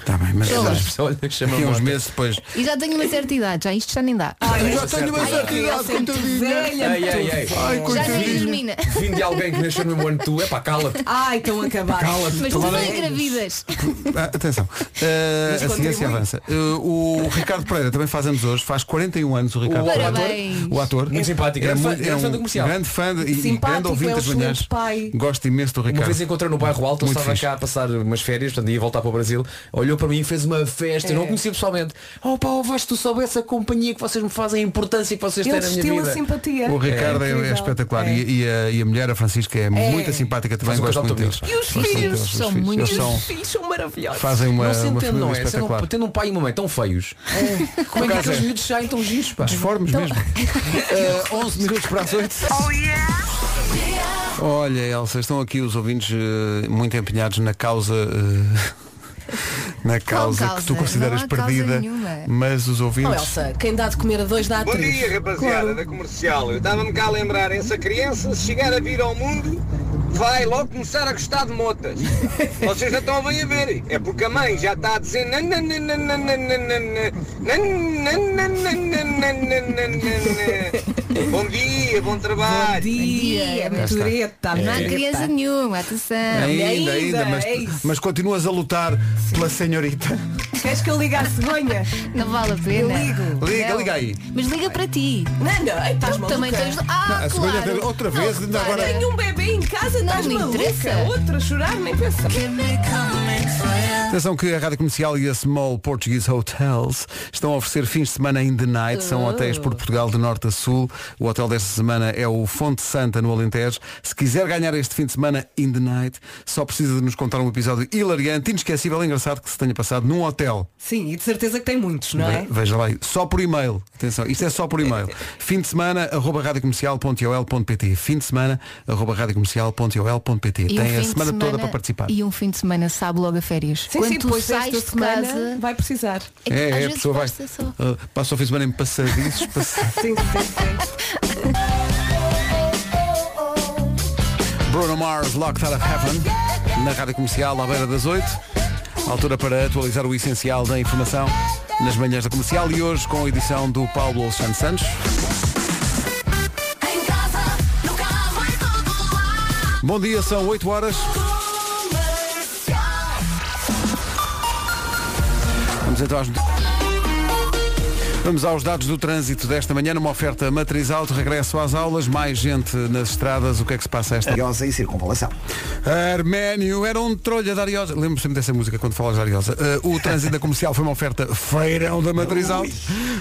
Speaker 2: Está bem, mas
Speaker 5: Olha.
Speaker 2: daqui
Speaker 6: Olha, que chama a
Speaker 2: a uns
Speaker 6: moto.
Speaker 2: meses depois.
Speaker 5: E já tenho uma certa idade, já isto já nem dá.
Speaker 4: Ai,
Speaker 6: Eu já
Speaker 4: essa
Speaker 6: tenho uma
Speaker 4: certa.
Speaker 6: certa
Speaker 4: Ai,
Speaker 6: idade,
Speaker 4: Elsa, muito velha,
Speaker 6: Ai, ai,
Speaker 4: muito
Speaker 6: ai.
Speaker 4: velha.
Speaker 2: Ai,
Speaker 5: já nem
Speaker 2: coitadinho.
Speaker 5: germina.
Speaker 6: Vim de alguém que nasceu no mesmo ano que tu. Epá, cala-te.
Speaker 4: Ai, estão acabados.
Speaker 6: Cala-te.
Speaker 5: Mas
Speaker 6: Falar
Speaker 5: tu
Speaker 6: em-
Speaker 5: bem gravidas.
Speaker 2: Ah, atenção, Ah, a
Speaker 4: contribui.
Speaker 2: ciência avança. Ah, o Ricardo Pereira também faz anos hoje, faz 41 anos o Ricardo
Speaker 6: O
Speaker 2: Pereira.
Speaker 5: Parabéns.
Speaker 2: O ator.
Speaker 6: Muito simpático,
Speaker 2: É,
Speaker 6: grande fã-
Speaker 2: muito- é
Speaker 6: grande fã
Speaker 2: um
Speaker 6: do comercial.
Speaker 2: Grande fã de- e
Speaker 4: Simpático,
Speaker 2: grande ouvinte
Speaker 4: é um
Speaker 2: das manhãs.
Speaker 4: excelente pai.
Speaker 2: Gosto imenso do
Speaker 6: Uma
Speaker 2: Ricardo.
Speaker 6: vez encontrei no bairro alto, ele
Speaker 2: Muito
Speaker 6: estava
Speaker 2: fixe.
Speaker 6: cá a passar umas férias, portanto ia voltar para o Brasil, olhou para mim fez uma festa,
Speaker 4: É.
Speaker 6: eu não conhecia pessoalmente. Oh pá, oh, Vasco, tu soubesse a companhia que vocês me fazem, a importância que vocês têm
Speaker 4: Ele
Speaker 6: na minha
Speaker 4: estila
Speaker 6: vida.
Speaker 4: a simpatia.
Speaker 2: O Ricardo
Speaker 4: É
Speaker 2: é, é
Speaker 4: incrível.
Speaker 2: espetacular.
Speaker 4: É.
Speaker 2: E, e a, e a mulher, a Francisca, é, muito simpática também.
Speaker 6: Mas o
Speaker 2: Gosto
Speaker 6: um casal
Speaker 2: muito deles.
Speaker 6: também.
Speaker 4: E os
Speaker 2: Gosto muito
Speaker 4: filhos
Speaker 2: deles, os
Speaker 5: são
Speaker 2: filhos.
Speaker 5: muito-
Speaker 2: Eles são-
Speaker 4: Os filhos são maravilhosos.
Speaker 2: fazem uma,
Speaker 6: não se
Speaker 2: uma
Speaker 6: entende,
Speaker 2: família
Speaker 6: não é? Se
Speaker 2: espetacular.
Speaker 6: não, tendo um pai e uma mãe tão feios, como é que aqueles miúdos saem tão giros, pá? Então-
Speaker 2: Disformes mesmo. Eh, 11 minutos para as 8. Olha, Elsa, estão aqui os ouvintes eh, muito empenhados na causa. eh, na causa, que
Speaker 5: causa?
Speaker 2: tu consideras
Speaker 5: Não há causa
Speaker 2: perdida,
Speaker 5: nenhuma.
Speaker 2: mas os ouvintes.
Speaker 4: Oh, Elsa, quem dá de comer a dois dá a
Speaker 7: Bom
Speaker 4: três.
Speaker 7: dia, rapaziada
Speaker 4: Claro.
Speaker 7: da comercial. Eu estava-me cá a lembrar, essa criança, se chegar a vir ao mundo, vai logo começar a gostar de motas. Vocês já estão bem a ver. É porque a mãe já está a dizer. "Nan, nan, nan, nan, nan, nan, nan, nan, nan, nan, nan, nan, nan, nan, nan, nan." Bom dia, bom
Speaker 4: Bom
Speaker 7: trabalho.
Speaker 4: dia,
Speaker 5: dia,
Speaker 4: Matureta,
Speaker 5: Não há
Speaker 4: Matureta.
Speaker 5: criança nenhuma, atenção.
Speaker 2: É. Ainda, É, ainda,
Speaker 4: Ainda,
Speaker 2: mas,
Speaker 4: é isso. Ah.
Speaker 2: mas continuas a lutar pela senhorita.
Speaker 4: Queres que eu ligue à cegonha?
Speaker 5: Não vale a pena.
Speaker 4: Eu ligo.
Speaker 2: Liga,
Speaker 5: Não.
Speaker 2: liga aí.
Speaker 5: Mas liga para ti.
Speaker 4: Não, não, ei, estás
Speaker 5: Tu também
Speaker 4: maluca?
Speaker 5: tens. Ah,
Speaker 2: a cegonha
Speaker 5: claro.
Speaker 2: tem- outra vez, ainda
Speaker 5: claro.
Speaker 2: agora-
Speaker 4: Tenho um bebê em casa,
Speaker 5: Não
Speaker 4: estás
Speaker 5: me
Speaker 4: maluca?
Speaker 5: interessa.
Speaker 4: Outra a chorar, nem pensar.
Speaker 2: Atenção que a Rádio Comercial e a Small Portuguese Hotels estão a oferecer fins de semana in the night.
Speaker 4: Oh.
Speaker 2: São hotéis por Portugal de norte a sul. O hotel desta semana é o Fonte Santa no Alentejo. Se quiser ganhar este fim de semana in the night, só precisa de nos contar um episódio hilariante, inesquecível e engraçado que se tenha passado num hotel.
Speaker 4: Sim, e de certeza que tem muitos, não é?
Speaker 2: Ve- Veja lá, aí. só por e-mail. Atenção, isto é só por e-mail. Fim de semana, arroba radiocomercial.ol.pt. Fim de semana, arroba radiocomercial.ol.pt.
Speaker 5: E um
Speaker 2: Tem
Speaker 5: fim
Speaker 2: a
Speaker 5: de
Speaker 2: semana toda para participar.
Speaker 5: E um fim de semana sabe logo a férias.
Speaker 4: Sim,
Speaker 5: Quando
Speaker 4: sim,
Speaker 5: tu
Speaker 4: pois
Speaker 5: sais
Speaker 4: esta
Speaker 5: de
Speaker 4: semana
Speaker 5: casa,
Speaker 4: vai precisar.
Speaker 5: é que
Speaker 2: É,
Speaker 5: às
Speaker 2: é, a
Speaker 5: vezes
Speaker 2: pessoa vai.
Speaker 5: basta só.
Speaker 2: Uh, passa o fim de semana em passadiços, passa-
Speaker 4: Sim, sim, sim.
Speaker 2: Bruno Mars, Locked Out of Heaven, na rádio comercial, à beira das 8. Altura para atualizar o essencial da informação nas manhãs da comercial e hoje com a edição do Paulo Alexandre Santos. Bom dia, são 8 horas. Vamos então aos... Vamos aos dados do trânsito desta manhã, numa oferta matriz alto, regresso às aulas, mais gente nas estradas, o que é que se passa a esta
Speaker 3: Ariosa e circunvalação.
Speaker 2: Arménio era um trolha da Ariosa. Lembro-me sempre dessa música quando falas da Ariosa. Uh, o trânsito da comercial foi uma oferta feirão da Matriz Alto.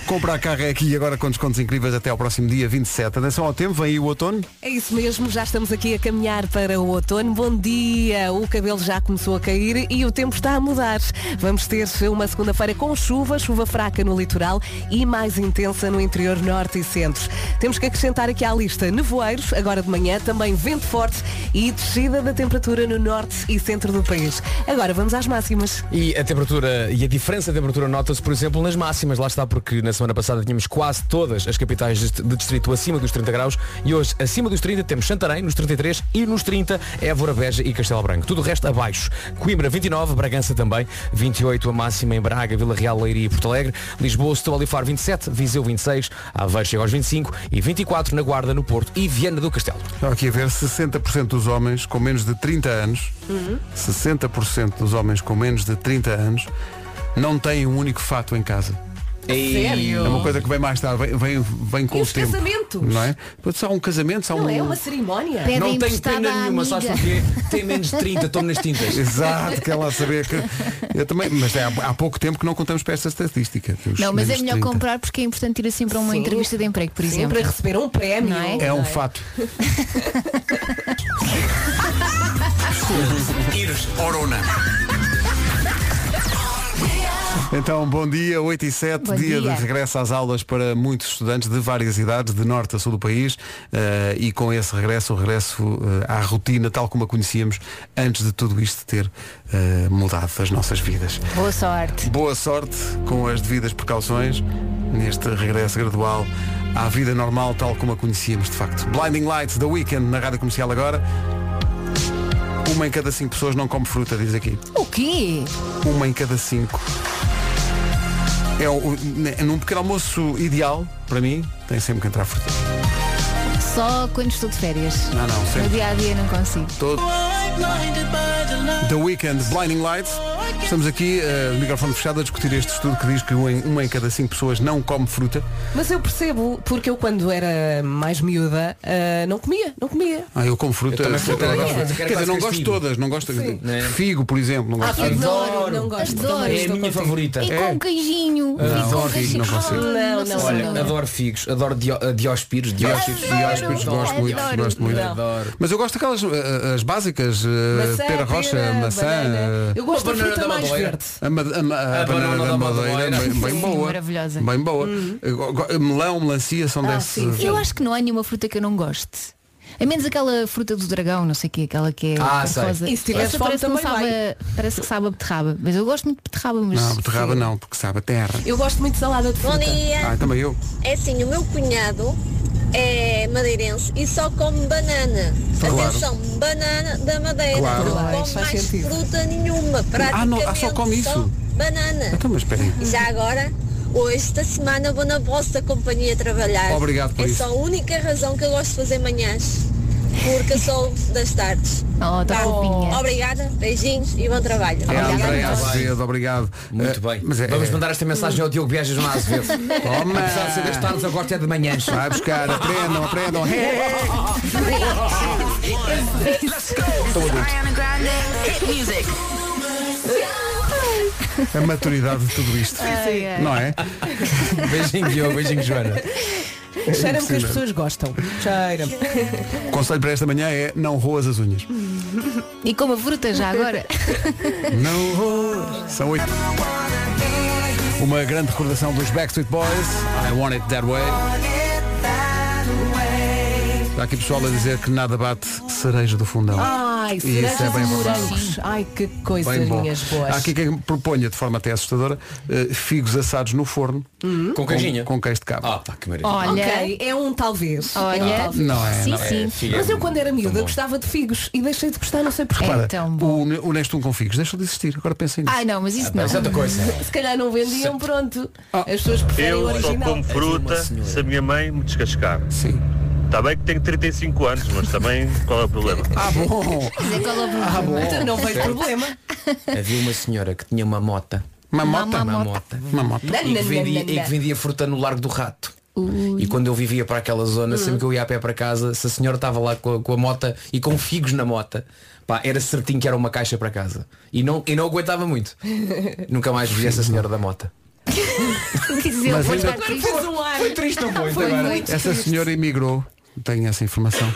Speaker 2: Comprar carro é aqui e agora com descontos incríveis até ao próximo dia 27. Atenção ao tempo, vem aí o outono.
Speaker 4: É isso mesmo, já estamos aqui a caminhar para o outono. Bom dia, o cabelo já começou a cair e o tempo está a mudar. Vamos ter uma segunda-feira com chuva, chuva fraca no litoral e mais intensa no interior norte e centro. Temos que acrescentar aqui à lista nevoeiros, agora de manhã, também vento forte e descida da temperatura no norte e centro do país. Agora vamos às máximas.
Speaker 6: E a temperatura e a diferença de temperatura nota-se, por exemplo, nas máximas. Lá está porque na semana passada tínhamos quase todas as capitais dist- de distrito acima dos 30 graus e hoje acima dos 30 temos Santarém nos 33 e nos 30 Évora, Beja e Castelo Branco. Tudo o resto abaixo. Coimbra 29, Bragança também, 28 a máxima em Braga, Vila Real, Leiria e Porto Alegre, Lisboa, Setúbal e Faro 27, Viseu 26, Aveiro chega aos 25 e 24 na Guarda, no Porto e Viana do Castelo.
Speaker 2: Estão aqui a ver 60% dos homens com menos de 30 anos,
Speaker 6: Hum?
Speaker 2: 60% dos homens com menos de 30 anos não têm um único fato em casa.
Speaker 4: Sério?
Speaker 2: É uma coisa que vem mais tarde, vem, vem, vem com
Speaker 4: E
Speaker 2: o
Speaker 4: os
Speaker 2: tempo.
Speaker 4: casamentos?
Speaker 2: Não é? Se há um casamento, se há
Speaker 4: Não
Speaker 2: um.
Speaker 4: é uma cerimónia?
Speaker 5: Então, Pedem
Speaker 6: Não tenho
Speaker 5: emprestada
Speaker 6: pena
Speaker 5: à
Speaker 6: nenhuma, sabes
Speaker 5: amiga.
Speaker 6: porquê? Tem menos de 30, estou nas tintas.
Speaker 2: Exato, quer lá saber que. Eu também, mas é, há, há pouco tempo que não contamos para esta estatística. Os
Speaker 5: Não, mas é
Speaker 2: menos
Speaker 5: melhor
Speaker 2: 30.
Speaker 5: comprar porque é importante ir assim para uma
Speaker 4: Sim.
Speaker 5: entrevista de emprego, por
Speaker 4: Sim,
Speaker 5: exemplo.
Speaker 4: para receber um prémio.
Speaker 5: Não é?
Speaker 2: É um fato. Orona. Então, bom dia, 8 e 7,
Speaker 5: Bom
Speaker 2: dia,
Speaker 5: dia.
Speaker 2: de regresso às aulas para muitos estudantes de várias idades, de norte a sul do país, eh, e com esse regresso, o regresso eh, à rotina, tal como a conhecíamos, antes de tudo isto ter eh, mudado as nossas vidas.
Speaker 5: Boa sorte.
Speaker 2: Boa sorte com as devidas precauções neste regresso gradual à vida normal tal como a conhecíamos de facto. Blinding Lights da Weekend na Rádio Comercial agora. Uma em cada cinco pessoas não come fruta, diz aqui.
Speaker 5: O quê?
Speaker 2: Uma em cada cinco. É o- n- num pequeno almoço ideal, para mim, tem sempre que entrar fruta.
Speaker 5: Só quando estou de férias.
Speaker 2: Não, não,
Speaker 5: No
Speaker 2: sempre.
Speaker 5: dia a dia não consigo.
Speaker 2: Todo. The Weekend Blinding Lights. Estamos aqui, eh, de microfone fechado, a discutir este estudo que diz que um em- uma em cada cinco pessoas não come fruta.
Speaker 4: Mas eu percebo, porque eu quando era mais miúda, ah, não comia, não comia.
Speaker 2: Ah, eu como fruta.
Speaker 6: Eu também
Speaker 2: fruta,
Speaker 6: como,
Speaker 2: eu
Speaker 6: eu
Speaker 2: gosto.
Speaker 6: quero
Speaker 2: Quer
Speaker 6: quase
Speaker 2: dizer, não
Speaker 6: castigo.
Speaker 2: gosto de todas, não gosto de-
Speaker 6: Né?
Speaker 2: Figo, por exemplo, não gosto.
Speaker 5: Ah,
Speaker 2: de-
Speaker 5: Adoro,
Speaker 4: não gosto.
Speaker 5: adoro.
Speaker 4: também
Speaker 6: É a
Speaker 4: estou
Speaker 6: minha
Speaker 4: contigo.
Speaker 6: favorita.
Speaker 5: E
Speaker 2: É.
Speaker 5: com queijinho.
Speaker 2: Ah,
Speaker 5: e com
Speaker 2: adoro,
Speaker 5: queijinho.
Speaker 2: não consigo.
Speaker 5: Ah,
Speaker 4: Não, não,
Speaker 5: sei
Speaker 6: Olha,
Speaker 5: se
Speaker 6: adoro figos, adoro dio- eh, dióspiros, dióspiros,
Speaker 5: Adoro,
Speaker 6: dióspiros,
Speaker 2: gosto muito,
Speaker 5: adoro.
Speaker 2: gosto muito.
Speaker 5: Não.
Speaker 6: adoro.
Speaker 2: Mas eu gosto daquelas eh, as básicas, eh,
Speaker 4: Maçã,
Speaker 2: pera rocha,
Speaker 4: pera,
Speaker 2: maçã,
Speaker 4: banana.
Speaker 2: eh,
Speaker 4: Eu gosto da
Speaker 6: banana
Speaker 4: fruta
Speaker 6: da
Speaker 4: mais
Speaker 6: Madeira.
Speaker 4: verde.
Speaker 2: a, ma- a ma- a banana,
Speaker 6: A banana
Speaker 2: da
Speaker 6: da
Speaker 2: madeira,
Speaker 6: Madeira.
Speaker 2: bem, bem
Speaker 5: Sim,
Speaker 2: boa.
Speaker 5: maravilhosa.
Speaker 2: Bem boa. Eu go- go- Melão, melancia, são
Speaker 4: Ah,
Speaker 2: desses. eh,
Speaker 5: não. Eu acho que não há nenhuma fruta que eu não goste. A menos aquela fruta do dragão, não sei o que, aquela que é
Speaker 6: Ah, sei.
Speaker 5: carcosa.
Speaker 4: E se tiveres
Speaker 5: Essa
Speaker 4: fome
Speaker 5: parece, que não
Speaker 4: também
Speaker 5: sabe, a- parece que sabe a beterraba. Mas eu gosto muito de beterraba, mas.
Speaker 2: Não, beterraba não, porque sabe a terra.
Speaker 4: Eu gosto muito de salada de
Speaker 8: Bom
Speaker 4: fruta.
Speaker 8: dia!
Speaker 2: Ah, também eu.
Speaker 8: É assim, o meu cunhado é madeirense e só come banana.
Speaker 2: Claro.
Speaker 8: Atenção, banana da madeira.
Speaker 2: Claro.
Speaker 8: Não
Speaker 4: Claro,
Speaker 8: come
Speaker 4: faz
Speaker 8: mais
Speaker 4: sentido.
Speaker 8: fruta nenhuma.
Speaker 2: Ah, não,
Speaker 8: Praticamente
Speaker 2: ah, só come isso?
Speaker 8: banana.
Speaker 2: Então, mas espera aí.
Speaker 8: E já agora, hoje esta semana vou na vossa companhia trabalhar.
Speaker 2: Obrigado por
Speaker 8: é
Speaker 2: isso.
Speaker 8: só a única razão que eu gosto de fazer manhãs. Porque eu sou das tardes.
Speaker 5: Oh, tá
Speaker 8: Tá.
Speaker 5: roupinha.
Speaker 8: Obrigada, beijinhos e bom trabalho.
Speaker 2: É a
Speaker 8: Obrigada.
Speaker 2: Andréia
Speaker 6: Muito bem.
Speaker 2: Azevedo, obrigado.
Speaker 6: Muito
Speaker 2: Eh,
Speaker 6: bem.
Speaker 2: Mas é,
Speaker 6: Vamos
Speaker 2: é-
Speaker 6: mandar esta mensagem ao Diogo Viajas na Azevedo.
Speaker 2: Toma.
Speaker 6: Apesar de ser das tardes, eu gosto é de manhãs.
Speaker 2: Vai buscar, aprendam, aprendam. A maturidade de tudo isto.
Speaker 5: Ai, ai.
Speaker 2: Não é?
Speaker 6: Beijinho, Diogo, beijinho, Joana.
Speaker 4: É
Speaker 2: É
Speaker 4: Cheira-me que as pessoas gostam. Cheira-me.
Speaker 2: O conselho para esta manhã é não roas as unhas.
Speaker 5: E como a fruta já agora.
Speaker 2: Não roas. São oito. Uma grande recordação dos Backstreet Boys. I want it that way. Há aqui pessoal a dizer que nada bate cereja do fundão.
Speaker 4: Ai,
Speaker 2: Isso é
Speaker 4: cerejas
Speaker 2: bem
Speaker 4: e
Speaker 2: verdade.
Speaker 4: morangos. Ai, que
Speaker 2: Bem bom.
Speaker 4: coisinhas boas.
Speaker 2: Há aqui quem proponha de forma até assustadora eh, figos assados no forno
Speaker 6: Com
Speaker 2: com,
Speaker 6: queijinho.
Speaker 2: com queijo de cabo.
Speaker 6: Ah, pá, que maravilha.
Speaker 5: Hum? Olha.
Speaker 4: Ok, é um talvez. É um
Speaker 5: Olha.
Speaker 4: talvez.
Speaker 2: Não é,
Speaker 5: Sim,
Speaker 2: não é.
Speaker 5: sim.
Speaker 6: figa.
Speaker 4: Mas eu quando era
Speaker 6: Tão
Speaker 4: miúda
Speaker 6: bom.
Speaker 4: gostava de figos e deixei de gostar, não sei porquê.
Speaker 5: É
Speaker 2: Repara,
Speaker 5: tão bom.
Speaker 2: o, ne- o Nestum com figos deixou de existir. Agora pensem nisso.
Speaker 5: Ai não, mas isso não.
Speaker 2: é
Speaker 6: Ah, Mas é outra coisa.
Speaker 4: Se calhar não vendiam, pronto.
Speaker 2: Ah.
Speaker 4: As pessoas preferem o
Speaker 9: Eu só
Speaker 4: original.
Speaker 9: como
Speaker 2: é
Speaker 9: fruta se a minha mãe me descascar.
Speaker 2: Sim.
Speaker 9: Está bem que tenho 35 anos, mas também qual é o problema?
Speaker 2: Ah, bom.
Speaker 5: Mas é qual
Speaker 2: Ah,
Speaker 5: é o problema?
Speaker 4: Então não vejo problema.
Speaker 6: Havia uma senhora que tinha uma mota.
Speaker 2: Mamota.
Speaker 5: Mamota.
Speaker 6: Uma mota.
Speaker 2: Mamota.
Speaker 6: E que, vendia, e que vendia fruta no Largo do Rato. E quando eu vivia para aquela
Speaker 4: Hum.
Speaker 6: zona, sempre que eu ia a pé para casa, se a senhora estava lá com a, com a mota e com figos na mota, pá, era certinho que era uma caixa para casa. E não, e não aguentava muito. Nunca mais vi essa senhora da mota.
Speaker 5: Quer dizer, eu vou estar triste.
Speaker 4: Fez um ar.
Speaker 6: triste, não foi?
Speaker 4: Foi
Speaker 6: agora?
Speaker 4: muito
Speaker 2: Essa
Speaker 4: triste.
Speaker 2: senhora emigrou. Tenho essa informação.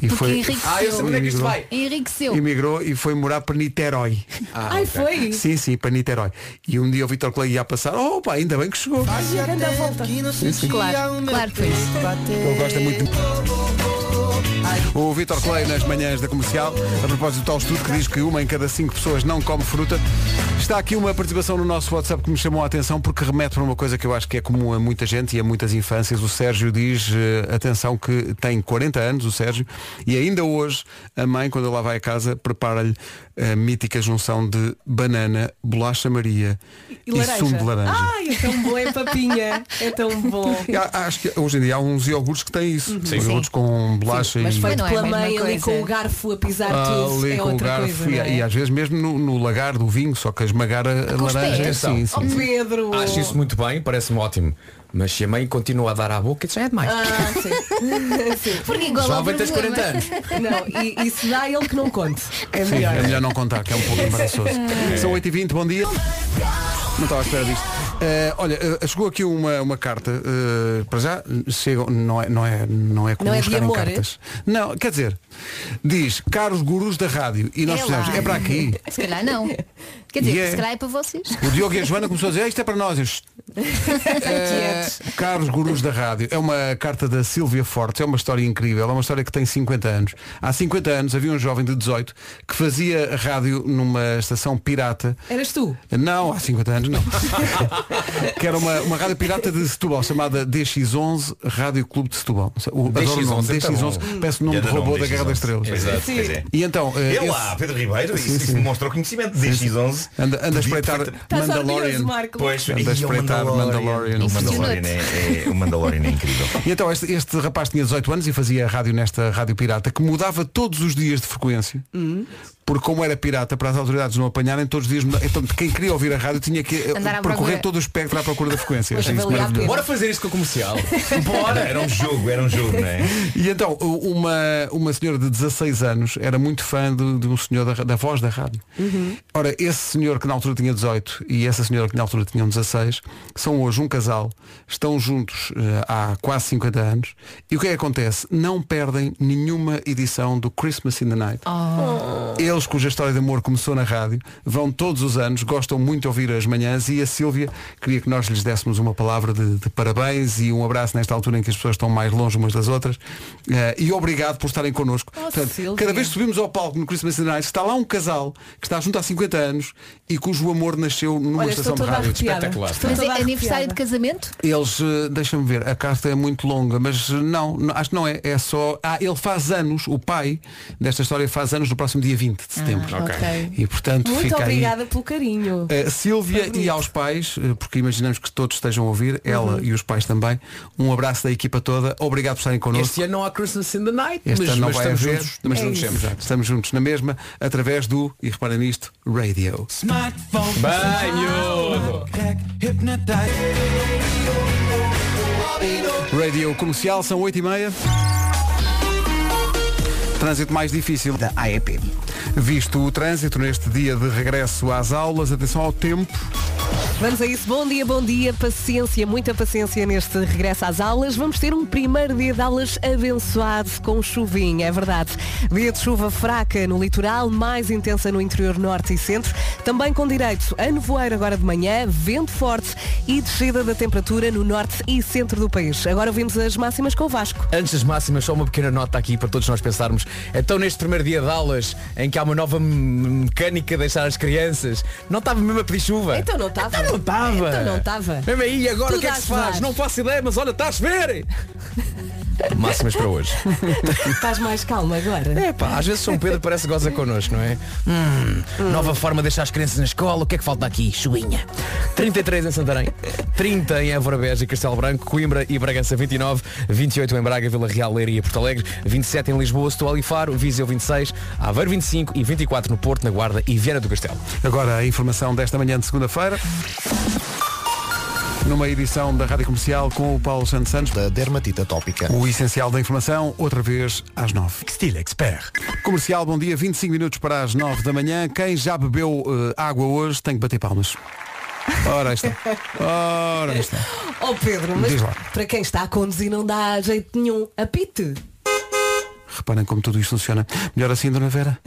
Speaker 2: E
Speaker 5: Porque
Speaker 2: foi.
Speaker 5: enriqueceu.
Speaker 6: Ah, eu sei onde é que isto vai.
Speaker 5: Enriqueceu.
Speaker 2: Emigrou e foi morar para Niterói.
Speaker 6: Ah,
Speaker 4: Ai,
Speaker 6: ok.
Speaker 4: foi.
Speaker 2: Sim, sim, para Niterói. E um dia o Vitor Clay ia passar. Oh, pá, ainda bem que chegou.
Speaker 4: Grande a volta.
Speaker 5: Claro, claro que foi isso.
Speaker 2: Ele gosta muito de... O Vitor Clay nas manhãs da comercial, a propósito do tal estudo que diz que uma em cada cinco pessoas não come fruta. Está aqui uma participação no nosso WhatsApp que me chamou a atenção porque remete para uma coisa que eu acho que é comum a muita gente e a muitas infâncias. O Sérgio diz, eh, atenção, que tem 40 anos, o Sérgio, e ainda hoje a mãe, quando ele lá vai a casa, prepara-lhe a mítica junção de banana, bolacha Maria e, sumo de laranja.
Speaker 4: Ai, é tão bom, é papinha. É tão bom.
Speaker 2: E há- Acho que hoje em dia há uns iogurtes que têm isso. Sim. Iogurtes com bolacha
Speaker 4: Uhum. Mas
Speaker 2: e.
Speaker 4: feito
Speaker 5: não é a
Speaker 4: pela
Speaker 5: mesma
Speaker 4: mãe ali
Speaker 5: coisa.
Speaker 4: com o garfo a pisar tudo.
Speaker 2: Ah, ali
Speaker 4: É
Speaker 2: com o
Speaker 4: outra
Speaker 2: garfo
Speaker 4: coisa.
Speaker 2: e,
Speaker 4: não é?
Speaker 2: e às vezes mesmo no, no lagar do vinho, só que a esmagar a, a
Speaker 5: com os
Speaker 2: laranja é
Speaker 5: pés.
Speaker 2: assim.
Speaker 4: Oh,
Speaker 2: sim.
Speaker 4: Pedro.
Speaker 6: Acho isso muito bem, parece-me ótimo. Mas se a mãe continua a dar à boca, isso já é demais.
Speaker 4: Ah, sim. sim.
Speaker 5: Porque igual ao
Speaker 6: Jovem tens
Speaker 5: problema.
Speaker 6: 40 anos.
Speaker 4: Não, e, e se dá ele que não conte. É
Speaker 2: Sim,
Speaker 4: melhor.
Speaker 2: é melhor não contar, que é um pouco embaraçoso. São 8h20, bom dia. Não estava à espera disto. Eh, olha, eh, chegou aqui uma, uma carta, eh, para já, chegam, não é, não é, não é comum
Speaker 4: Não é de
Speaker 2: chegarem
Speaker 4: amor,
Speaker 2: cartas. Não, quer dizer, diz, caros gurus da rádio, e nós
Speaker 5: É
Speaker 2: fizemos,
Speaker 5: lá.
Speaker 2: é para aqui.
Speaker 5: Se calhar não. Quer dizer,
Speaker 2: E é-
Speaker 5: se calhar é para vocês. é.
Speaker 2: O Diogo é- e a Joana começou a dizer, "Ah, isto é para nós. Eu, "Shh." Eh, Caros gurus da rádio, é uma carta da Silvia Fortes, é uma história incrível, é uma história que tem 50 anos. Há 50 anos havia um jovem de 18 que fazia rádio numa estação pirata.
Speaker 4: Eras tu?
Speaker 2: Não, há 50 anos não. que era uma, uma rádio pirata de Setúbal, chamada DX11 Rádio Clube de Setúbal. O, adoro o nome,
Speaker 10: DX11, é tão
Speaker 2: DX11,
Speaker 10: bom.
Speaker 2: parece o nome
Speaker 10: Grande
Speaker 2: do robô
Speaker 10: nome,
Speaker 2: da Guerra das
Speaker 10: DX11.
Speaker 2: Estrelas.
Speaker 10: Exato, pois é.
Speaker 2: E então, eh,
Speaker 10: Ele
Speaker 2: esse-
Speaker 10: lá, Pedro Ribeiro,
Speaker 2: Sim,
Speaker 10: isso, isso
Speaker 2: sim.
Speaker 10: demonstra o conhecimento de DX11.
Speaker 2: Anda, anda a espreitar
Speaker 4: Estás
Speaker 2: Mandalorian.
Speaker 4: orgulhoso, Marco.
Speaker 10: Pois,
Speaker 2: Anda a
Speaker 10: e o
Speaker 2: espreitar Mandalorian.
Speaker 10: O Mandalorian é, é- o Mandalorian é incrível.
Speaker 2: E então este, este rapaz tinha 18 anos e fazia rádio nesta rádio pirata que mudava todos os dias de frequência. Porque como era pirata, para as autoridades não apanharem, todos os dias mudava. Então quem queria ouvir a rádio tinha que eh,
Speaker 5: Andar à
Speaker 2: percorrer
Speaker 5: procura.
Speaker 2: todo o espectro à procura da frequência. Achei isso
Speaker 5: valia a
Speaker 2: maravilhoso.
Speaker 5: pena.
Speaker 6: Bora fazer isso com o comercial.
Speaker 10: Bora! Era um jogo, era um jogo, não é?
Speaker 2: E então, u- uma, uma senhora de 16 anos era muito fã de, de um senhor da, ra- da voz da rádio.
Speaker 4: Uhum.
Speaker 2: Ora, esse senhor que na altura tinha 18 e essa senhora que na altura tinham 16 são hoje um casal, estão juntos eh, há quase 50 anos e o que é que acontece? Não perdem nenhuma edição do Christmas in the Night. Eles cuja história de amor começou na rádio, vão todos os anos, gostam muito de ouvir as manhãs e a Sílvia queria que nós lhes dessemos uma palavra de, de parabéns e um abraço nesta altura em que as pessoas estão mais longe umas das outras. Eh, e obrigado por estarem connosco.
Speaker 4: Oh, Sílvia.
Speaker 2: cada vez que subimos ao palco no Christmas in the Night, está lá um casal que está junto há 50 anos e cujo amor nasceu numa
Speaker 4: Olha,
Speaker 2: estação
Speaker 4: estou
Speaker 2: de
Speaker 4: toda
Speaker 2: rádio.
Speaker 4: arrepiada.
Speaker 6: espetacular.
Speaker 4: Estou
Speaker 5: Mas
Speaker 4: toda
Speaker 5: é aniversário
Speaker 4: arrepiada.
Speaker 5: de casamento?
Speaker 2: Eles, eh, deixa-me ver, a carta é muito longa, mas eh, não, não- acho que não é. É só. Ah, ele faz anos, o pai desta história faz anos no próximo dia 20 de
Speaker 6: Ah,
Speaker 2: setembro.
Speaker 4: ok.
Speaker 2: E portanto
Speaker 4: Muito
Speaker 2: fica
Speaker 4: obrigada
Speaker 2: aí.
Speaker 4: pelo carinho.
Speaker 2: eh, Sílvia e aos pais, eh, porque imaginamos que todos estejam a ouvir,
Speaker 4: Uhum.
Speaker 2: ela e os pais também. Um abraço da equipa toda, obrigado por estarem connosco.
Speaker 6: Este ano não há Christmas in the night,
Speaker 2: Este
Speaker 6: mas,
Speaker 2: ano não
Speaker 6: mas
Speaker 2: vai
Speaker 6: estamos
Speaker 2: haver,
Speaker 6: juntos.
Speaker 2: mas
Speaker 4: É
Speaker 2: estamos,
Speaker 4: isso.
Speaker 2: juntos, estamos juntos na mesma, através do, e reparem nisto, radio.
Speaker 6: Bem, miúdo.
Speaker 2: Radio comercial, são 8h30. Trânsito mais difícil.
Speaker 3: da AEP.
Speaker 2: Visto o trânsito neste dia de regresso às aulas, atenção ao tempo.
Speaker 4: Vamos a isso. Bom dia, bom dia. Paciência, muita paciência neste regresso às aulas. Vamos ter um primeiro dia de aulas abençoado com chuvinha, é verdade. Dia de chuva fraca no litoral, mais intensa no interior norte e centro. Também com direito a nevoeiro agora de manhã, vento forte e descida da temperatura no norte e centro do país. Agora ouvimos as máximas com o Vasco.
Speaker 6: Antes das máximas, só uma pequena nota aqui para todos nós pensarmos. Então, neste primeiro dia de aulas, em que há uma nova me- mecânica de deixar as crianças, não estava mesmo a pedir chuva.
Speaker 4: Então não estava.
Speaker 6: Então não estava.
Speaker 4: Então não estava.
Speaker 6: Mesmo aí, agora
Speaker 4: Tudo
Speaker 6: o que é que
Speaker 4: às
Speaker 6: se faz?
Speaker 4: vás.
Speaker 6: Não faço ideia, mas olha, está a chover. máximas para hoje.
Speaker 4: Estás mais calma agora.
Speaker 6: É pá, às vezes São Pedro parece que goza connosco, não é? Hum, nova forma de deixar as crianças na escola, o que é que falta aqui? Chuinha. 33 em Santarém, 30 em Évora Beja e Castelo Branco, Coimbra e Bragança 29, 28 em Braga, Vila Real, Leiria e Porto Alegre, 27 em Lisboa, Setúbal e Faro, Viseu 26, Aveiro 25 e 24 no Porto, na Guarda e Viana do Castelo.
Speaker 2: Agora a informação desta manhã de segunda-feira. Numa edição da Rádio Comercial com o Paulo Santos Santos.
Speaker 1: Da dermatite atópica.
Speaker 2: O essencial da informação, outra vez às 9. Textil Expert. Comercial, bom dia, 25 minutos para as 9 da manhã. Quem já bebeu eh, água hoje tem que bater palmas. Ora aí está. Ora aí está.
Speaker 4: Oh Pedro, mas
Speaker 2: Diz lá.
Speaker 4: para quem está a conduzir não dá jeito nenhum. Apite.
Speaker 2: Reparem como tudo isto funciona. Melhor assim, Dona Vera?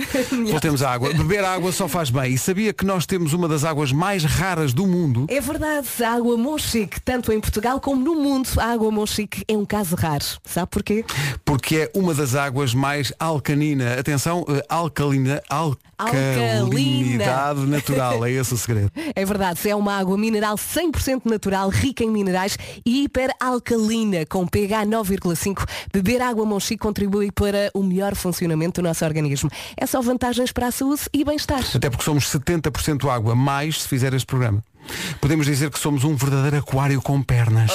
Speaker 2: Voltemos à água. Beber água só faz bem. E sabia que nós temos uma das águas mais raras do mundo?
Speaker 4: É verdade, a água Monchique, tanto em Portugal como no mundo, a água Monchique é um caso raro. Sabe porquê?
Speaker 2: Porque é uma das águas mais alcanina. Atenção, eh, alcalina, alcalinidade natural. É esse o segredo.
Speaker 4: É verdade, é uma água mineral 100% natural, rica em minerais e hiperalcalina, com pH 9,5. Beber água Monchique contribui para o melhor funcionamento do nosso organismo. É só vantagens para a saúde e bem-estar.
Speaker 2: Até porque somos 70% água, mais se fizer este programa. Podemos dizer que somos um verdadeiro aquário com pernas.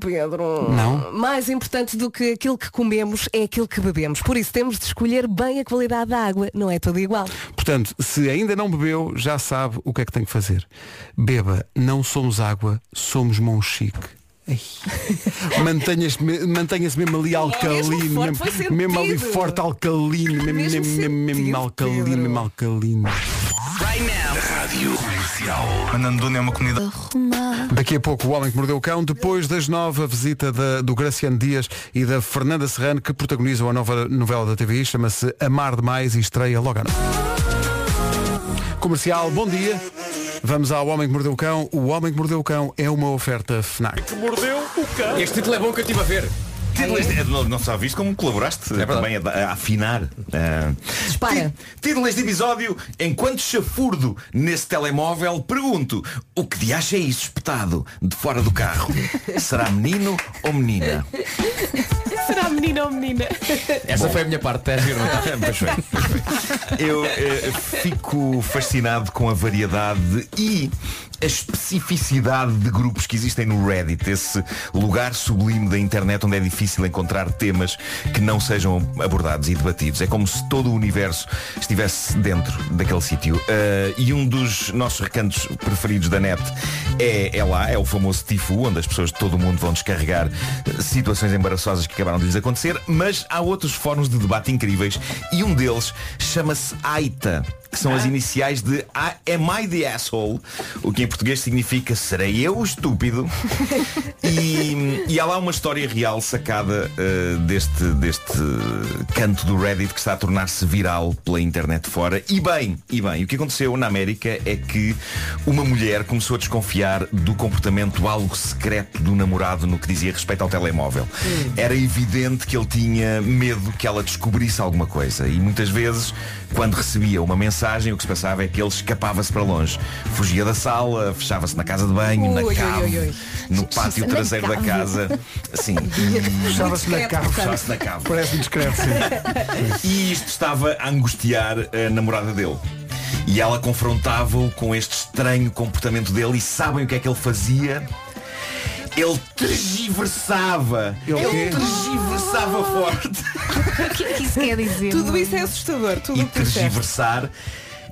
Speaker 4: Pedro.
Speaker 2: Não?
Speaker 4: Mais importante do que aquilo que comemos é aquilo que bebemos. Por isso temos de escolher bem a qualidade da água. Não é tudo igual.
Speaker 2: Portanto, se ainda não bebeu, já sabe o que é que tem que fazer. Beba, não somos água, somos mão chique. Ai. Mantenha-se me- mantenha-se mesmo ali alcalino,
Speaker 4: mesmo forte, foi
Speaker 2: mesmo, mesmo ali
Speaker 4: sentido.
Speaker 2: forte alcalino, mesmo,
Speaker 4: Mesmo
Speaker 2: mesmo, mesmo, mesmo
Speaker 4: sentido,
Speaker 2: alcalino,
Speaker 4: Pedro.
Speaker 2: mesmo alcalino.
Speaker 10: Rádio Comercial. Ananduna é uma comunidade.
Speaker 2: Daqui a pouco o Homem que Mordeu o Cão, depois das nove, a visita da- do Graciano Dias e da Fernanda Serrano, que protagonizam a nova novela da TVI, chama-se Amar Demais e estreia logo à noite. Comercial, bom dia. Vamos ao Homem que Mordeu o Cão. O Homem que Mordeu o Cão é uma oferta FNAC.
Speaker 6: Este título é bom que eu estive a ver. É
Speaker 10: Título este- é, não, não só viste como colaboraste também a, a afinar. Ah, ti- Título deste episódio, enquanto chafurdo nesse telemóvel, pergunto, o que de acha é isso espetado de fora do carro? Será menino ou menina?
Speaker 4: Será menino ou menina?
Speaker 10: Essa foi
Speaker 6: a minha parte, é giro, não está?
Speaker 10: tá Pois foi, pois foi. Eu eh, fico fascinado com a variedade e a especificidade de grupos que existem no Reddit, esse lugar sublime da internet onde é difícil encontrar temas que não sejam abordados e debatidos. É como se todo o universo estivesse dentro daquele sítio. Eh, e um dos nossos recantos preferidos da net é, é lá, é o famoso Tifu, onde as pessoas de todo o mundo vão descarregar eh, situações embaraçosas que acabaram de lhes acontecer, mas há outros fóruns de debate incríveis e um deles chama-se AITA, que são as iniciais de I- Am I the Asshole, o que em português significa Serei eu o estúpido? e, e há lá uma história real sacada eh, deste, deste canto do Reddit que está a tornar-se viral pela internet fora. E bem, e bem, o que aconteceu na América é que uma mulher começou a desconfiar do comportamento algo secreto do namorado no que dizia respeito ao telemóvel. Era evidente que ele tinha medo que ela descobrisse alguma coisa. E muitas vezes, quando recebia uma mensagem, o que se passava é que ele escapava-se para longe. Fugia da sala, fechava-se na casa de banho,
Speaker 4: Ui, ui,
Speaker 10: na cave,
Speaker 4: ui, ui.
Speaker 10: no pátio
Speaker 4: Na
Speaker 10: traseiro da
Speaker 4: cave.
Speaker 10: casa. Sim. e-
Speaker 2: Fechava-se na cave.
Speaker 10: Fechava-se na cave.
Speaker 2: Parece-me discreto,
Speaker 10: E isto estava a angustiar a namorada dele. E ela confrontava-o com este estranho comportamento dele e sabem o que é que ele fazia? Ele tergiversava.
Speaker 2: Ele
Speaker 10: Ele
Speaker 2: quê?
Speaker 10: tergiversava forte.
Speaker 5: O que é que isso quer dizer?
Speaker 4: Tudo isso é assustador, tudo
Speaker 10: E
Speaker 4: o que tu disseste.
Speaker 10: tergiversar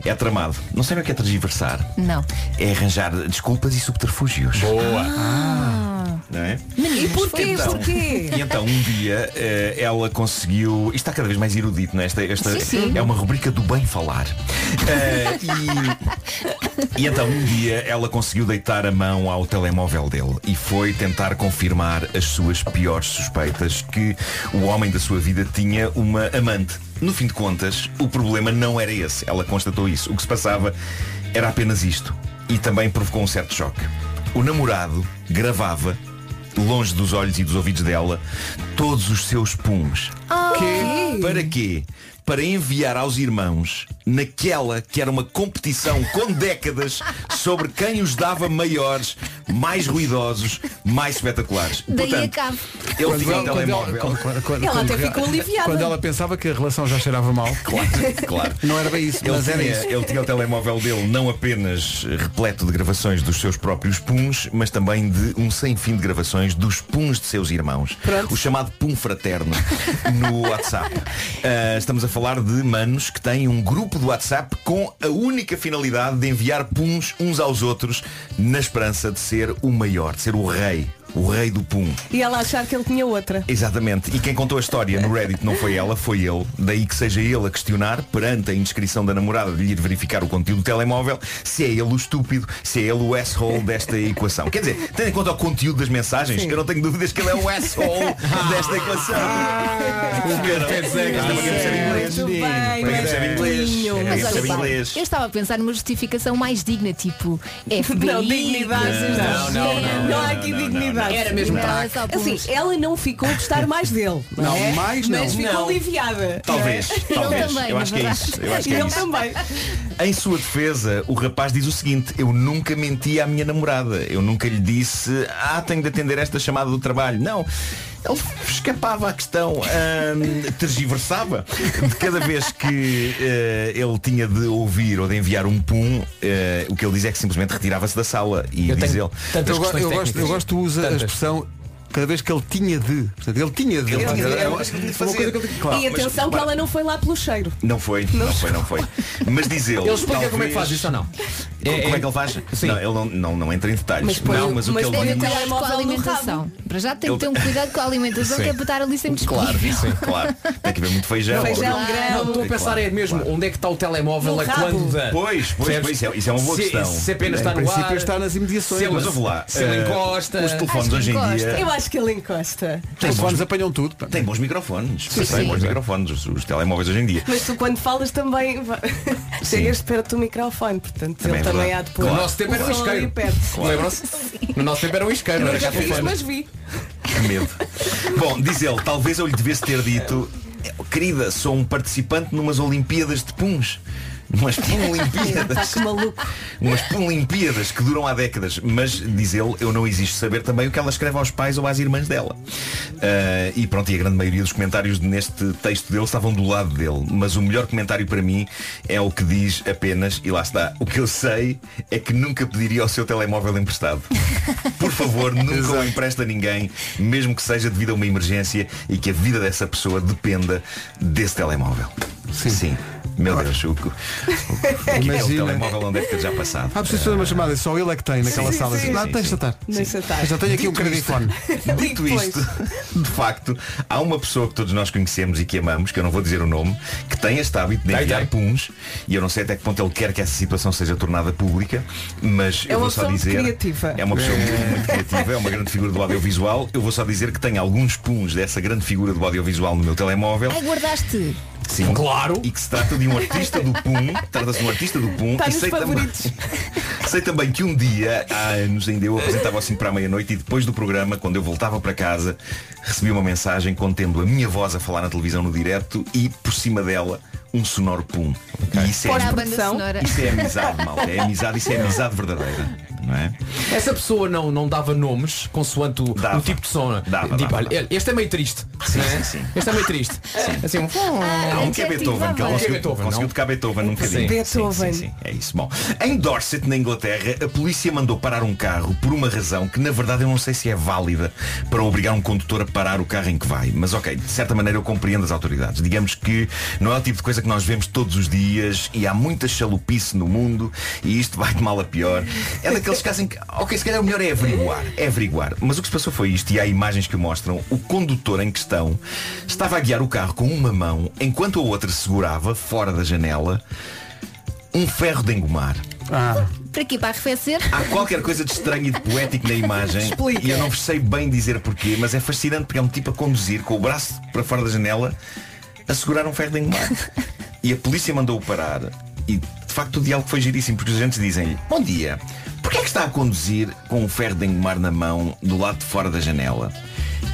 Speaker 10: é tramado. Não sabem o que é tergiversar?
Speaker 5: Não.
Speaker 10: É arranjar desculpas e subterfúgios.
Speaker 6: Boa.
Speaker 2: Ah.
Speaker 10: Não é?
Speaker 4: E porquê?
Speaker 10: Então.
Speaker 4: Porquê?
Speaker 10: E então um dia eh, ela conseguiu. Isto está cada vez mais erudito, não é? Esta, esta
Speaker 5: Sim, sim.
Speaker 10: é uma rubrica do bem falar. Eh, e, e então um dia ela conseguiu deitar a mão ao telemóvel dele e foi tentar confirmar as suas piores suspeitas que o homem da sua vida tinha uma amante. No fim de contas, o problema não era esse. Ela constatou isso. O que se passava era apenas isto. E também provocou um certo choque. O namorado gravava longe dos olhos e dos ouvidos dela, todos os seus puns. Que? Para quê? Para enviar aos irmãos naquela que era uma competição com décadas sobre quem os dava maiores, mais ruidosos, mais espetaculares.
Speaker 5: Daí a
Speaker 10: Portanto,
Speaker 5: cabo.
Speaker 10: ele
Speaker 2: Quando
Speaker 10: tinha um
Speaker 2: ela- quando ela-
Speaker 10: telemóvel.
Speaker 2: quando- quando-
Speaker 4: Ela
Speaker 2: quando-
Speaker 4: até ficou aliviada.
Speaker 2: Quando ela pensava que a relação já cheirava mal.
Speaker 10: Claro, claro.
Speaker 2: Não era bem isso,
Speaker 10: Ele
Speaker 2: mas era
Speaker 10: tinha,
Speaker 2: isso.
Speaker 10: ele tinha o telemóvel dele não apenas eh, repleto de gravações dos seus próprios puns, mas também de um sem fim de gravações dos puns de seus irmãos. O chamado pum fraterno no WhatsApp. Ah, estamos a falar de manos que têm um grupo do WhatsApp com a única finalidade de enviar puns uns aos outros na esperança de ser o maior, de ser o rei. O rei do pum.
Speaker 4: E ela achar que ele tinha outra.
Speaker 10: Exatamente. E quem contou a história no Reddit não foi ela, foi ele. Daí que seja ele a questionar, perante a inscrição da namorada, de ir verificar o conteúdo do telemóvel, se é ele o estúpido, se é ele o asshole desta equação. Quer dizer, tendo em conta o conteúdo das mensagens, eu não tenho dúvidas que ele é o asshole desta equação.
Speaker 5: Ah,
Speaker 10: O cara- Esta é uma cabeça em inglês.
Speaker 4: Muito bem,
Speaker 10: Para quem percebe inglês. É,
Speaker 4: Martinho.
Speaker 10: Para
Speaker 5: Mas
Speaker 10: quem
Speaker 5: olha,
Speaker 10: percebe
Speaker 5: pá,
Speaker 10: inglês.
Speaker 5: eu estava a pensar numa justificação mais digna, tipo FBI.
Speaker 4: Não, dignidade.
Speaker 5: Não, não, não,
Speaker 4: Não há aqui
Speaker 10: não, não,
Speaker 4: dignidade.
Speaker 10: não. Era
Speaker 5: mesmo
Speaker 4: Assim, ela não ficou a gostar mais dele.
Speaker 2: Não,
Speaker 4: é?
Speaker 2: mais não.
Speaker 4: Mas ficou
Speaker 10: Não.
Speaker 4: aliviada. é?
Speaker 10: Talvez, talvez.
Speaker 5: também,
Speaker 10: eu
Speaker 5: na
Speaker 10: acho que é
Speaker 5: verdade.
Speaker 10: isso. Eu acho
Speaker 4: E
Speaker 10: que é
Speaker 4: ele
Speaker 10: isso.
Speaker 4: também.
Speaker 10: Em sua defesa, o rapaz diz o seguinte, eu nunca menti à minha namorada. Eu nunca lhe disse, ah, tenho de atender esta chamada do trabalho. Não. Ele escapava à questão, Ah, ahm, tergiversava. De cada vez que eh, ele tinha de ouvir ou de enviar um pum, eh, o que ele diz é que simplesmente retirava-se da sala e
Speaker 6: Eu
Speaker 10: diz
Speaker 6: tenho
Speaker 10: ele.
Speaker 6: tantas
Speaker 2: Eu, go-
Speaker 6: questões
Speaker 2: eu gosto, eu
Speaker 6: técnicas.
Speaker 2: gosto de usar a
Speaker 6: Tantas.
Speaker 2: expressão cada vez que ele tinha de. Portanto, ele tinha de.
Speaker 10: Ele tinha de, é,
Speaker 2: Era
Speaker 10: eu
Speaker 2: uma-
Speaker 10: acho que ele tinha de
Speaker 2: uma
Speaker 10: fazer.
Speaker 2: coisa que ele tinha- claro.
Speaker 4: E atenção que ela não foi lá pelo cheiro.
Speaker 10: Não foi, não, foi, não foi. Mas diz ele.
Speaker 6: Ele explica como é
Speaker 10: talvez-
Speaker 6: que faz isso ou não?
Speaker 10: Como, como é que ele faz?
Speaker 6: Sim.
Speaker 10: Não, ele não, não, não entra em detalhes.
Speaker 4: Mas põe
Speaker 10: não,
Speaker 4: o-
Speaker 10: mas o
Speaker 4: mas
Speaker 10: que
Speaker 5: Tem
Speaker 10: ele
Speaker 5: que ter
Speaker 4: põe
Speaker 10: diz.
Speaker 4: o
Speaker 5: cuidado com a
Speaker 4: telemóvel no rabo.
Speaker 5: alimentação. Para já tem que
Speaker 10: Ele-
Speaker 5: ter um cuidado com a alimentação,
Speaker 10: Sim.
Speaker 5: que é para estar ali sempre
Speaker 10: Claro,
Speaker 5: disponível.
Speaker 10: sim, claro. Tem que ver muito feijão.
Speaker 4: Feijão,
Speaker 6: Não,
Speaker 4: grão.
Speaker 6: estou a pensar é mesmo, onde é que está o telemóvel
Speaker 4: No
Speaker 6: a
Speaker 4: rabo.
Speaker 6: quando da-
Speaker 10: Pois, pois,
Speaker 6: Percebes?
Speaker 10: pois, isso é- isso é uma boa
Speaker 6: se,
Speaker 10: questão. É.
Speaker 6: Se apenas
Speaker 2: Em
Speaker 6: está no
Speaker 2: princípio
Speaker 6: ar,
Speaker 2: está nas imediações,
Speaker 6: se ele-
Speaker 10: Mas ouve lá,
Speaker 6: Se ele
Speaker 10: eh,
Speaker 6: encosta.
Speaker 10: Os telefones hoje em
Speaker 5: encosta.
Speaker 10: dia
Speaker 4: Eu acho que ele encosta.
Speaker 2: Os fones apanham tudo. pá.
Speaker 10: têm bons microfones. Têm
Speaker 5: sim.
Speaker 10: bons microfones, os, os telemóveis hoje em dia.
Speaker 4: Mas tu quando falas também va- chegas perto do microfone, portanto
Speaker 10: Também é
Speaker 4: ele também
Speaker 10: verdade.
Speaker 4: há de pôr.
Speaker 10: é
Speaker 6: O nosso tempo era um
Speaker 4: som ali
Speaker 6: isqueiro.
Speaker 4: perto.
Speaker 10: é?
Speaker 6: Lembram-se? No nosso tempo era um isqueiro, não
Speaker 4: Eu
Speaker 6: era
Speaker 4: já
Speaker 6: cá
Speaker 4: fiz,
Speaker 6: telefone.
Speaker 4: mas vi.
Speaker 10: Que medo. Bom, diz ele, talvez eu lhe devesse ter dito, querida, sou um participante numas Olimpíadas de Puns. Umas Punolimpíadas.
Speaker 4: que maluco.
Speaker 10: Umas Punolimpíadas que duram há décadas. Mas, diz ele, eu não exijo saber também o que ela escreve aos pais ou às irmãs dela. Ah, e pronto, e a grande maioria dos comentários neste texto dele estavam do lado dele. Mas o melhor comentário para mim é o que diz apenas, e lá está, o que eu sei é que nunca pediria o seu telemóvel emprestado. Por favor, nunca o empresta a ninguém, mesmo que seja devido a uma emergência e que a vida dessa pessoa dependa desse telemóvel. Sim. Meu Deus, o que, o que é que é o
Speaker 2: Imagina.
Speaker 10: telemóvel onde é que já passado?
Speaker 4: Ah,
Speaker 2: Há Ah, preciso fazer uma chamada, só ele é que tem naquela
Speaker 10: Sim,
Speaker 2: sala.
Speaker 10: sim,
Speaker 2: Não,
Speaker 10: sim,
Speaker 2: tens de
Speaker 10: sim.
Speaker 2: atar.
Speaker 4: Deixa estar.
Speaker 2: Eu já tenho aqui um
Speaker 10: Dito isto-
Speaker 2: credifone.
Speaker 10: Dito isto, de facto, há uma pessoa que todos nós conhecemos e que amamos, que eu não vou dizer o nome, que tem este hábito de enviar puns, e eu não sei até que ponto ele quer que essa situação seja tornada pública, mas
Speaker 4: É
Speaker 10: eu
Speaker 4: uma
Speaker 10: vou só
Speaker 4: pessoa muito
Speaker 10: dizer.
Speaker 4: criativa.
Speaker 10: É uma pessoa muito, muito criativa, é uma grande figura do audiovisual. Eu vou só dizer que tem alguns puns dessa grande figura do audiovisual no meu telemóvel.
Speaker 5: Ai, guardaste.
Speaker 10: Sim. Claro. E que se trata de um artista do Pum. Trata-se de um artista do Pum.
Speaker 4: Está
Speaker 10: e
Speaker 4: nos
Speaker 10: sei também,
Speaker 4: favoritos.
Speaker 10: sei também que um dia, há anos, ainda eu apresentava assim para a meia-noite e depois do programa, quando eu voltava para casa, recebi uma mensagem contendo a minha voz a falar na televisão no direto e por cima dela um sonoro Pum. E isso é,
Speaker 5: Para a banda sonora.
Speaker 10: isso é amizade, malta. É amizade, isso é amizade verdadeira. Não é?
Speaker 6: Essa pessoa não, não dava nomes consoante o,
Speaker 10: Dava.
Speaker 6: o tipo de sono.
Speaker 10: Dava,
Speaker 6: tipo,
Speaker 10: dava,
Speaker 6: olha,
Speaker 10: dava.
Speaker 6: este é meio triste.
Speaker 10: Sim,
Speaker 6: não é?
Speaker 10: sim, sim.
Speaker 6: Este é meio triste. Assim,
Speaker 4: Ah,
Speaker 6: um...
Speaker 10: Não, um que é Beethoven, que
Speaker 5: Incentivava.
Speaker 10: ele conseguiu,
Speaker 6: É Beethoven,
Speaker 10: conseguiu
Speaker 6: não?
Speaker 10: tocar Beethoven num bocadinho.
Speaker 4: Beethoven.
Speaker 10: Sim, sim, sim, é isso. Bom, em Dorset, na Inglaterra, a polícia mandou parar um carro por uma razão que, na verdade, eu não sei se é válida para obrigar um condutor a parar o carro em que vai. Mas, ok, de certa maneira eu compreendo as autoridades. Digamos que não é o tipo de coisa que nós vemos todos os dias e há muita chalupice no mundo e isto vai de mal a pior. É daqueles casos em que, ok, se calhar o melhor é averiguar. É averiguar. Mas o que se passou foi isto e há imagens que o mostram. O condutor em questão estava a guiar o carro com uma mão enquanto a outra segurava, fora da janela, um ferro de engomar.
Speaker 2: Ah,
Speaker 5: Para aqui, para arrefecer.
Speaker 10: Há qualquer coisa de estranho e de poético na imagem
Speaker 4: Explica.
Speaker 10: E eu não vos sei bem dizer porquê Mas é fascinante porque é um tipo a conduzir Com o braço para fora da janela A segurar um ferro de engomar E a polícia mandou-o parar E de facto o diálogo foi giríssimo Porque os agentes dizem-lhe Bom dia, porquê é que está a conduzir Com um ferro de engomar na mão Do lado de fora da janela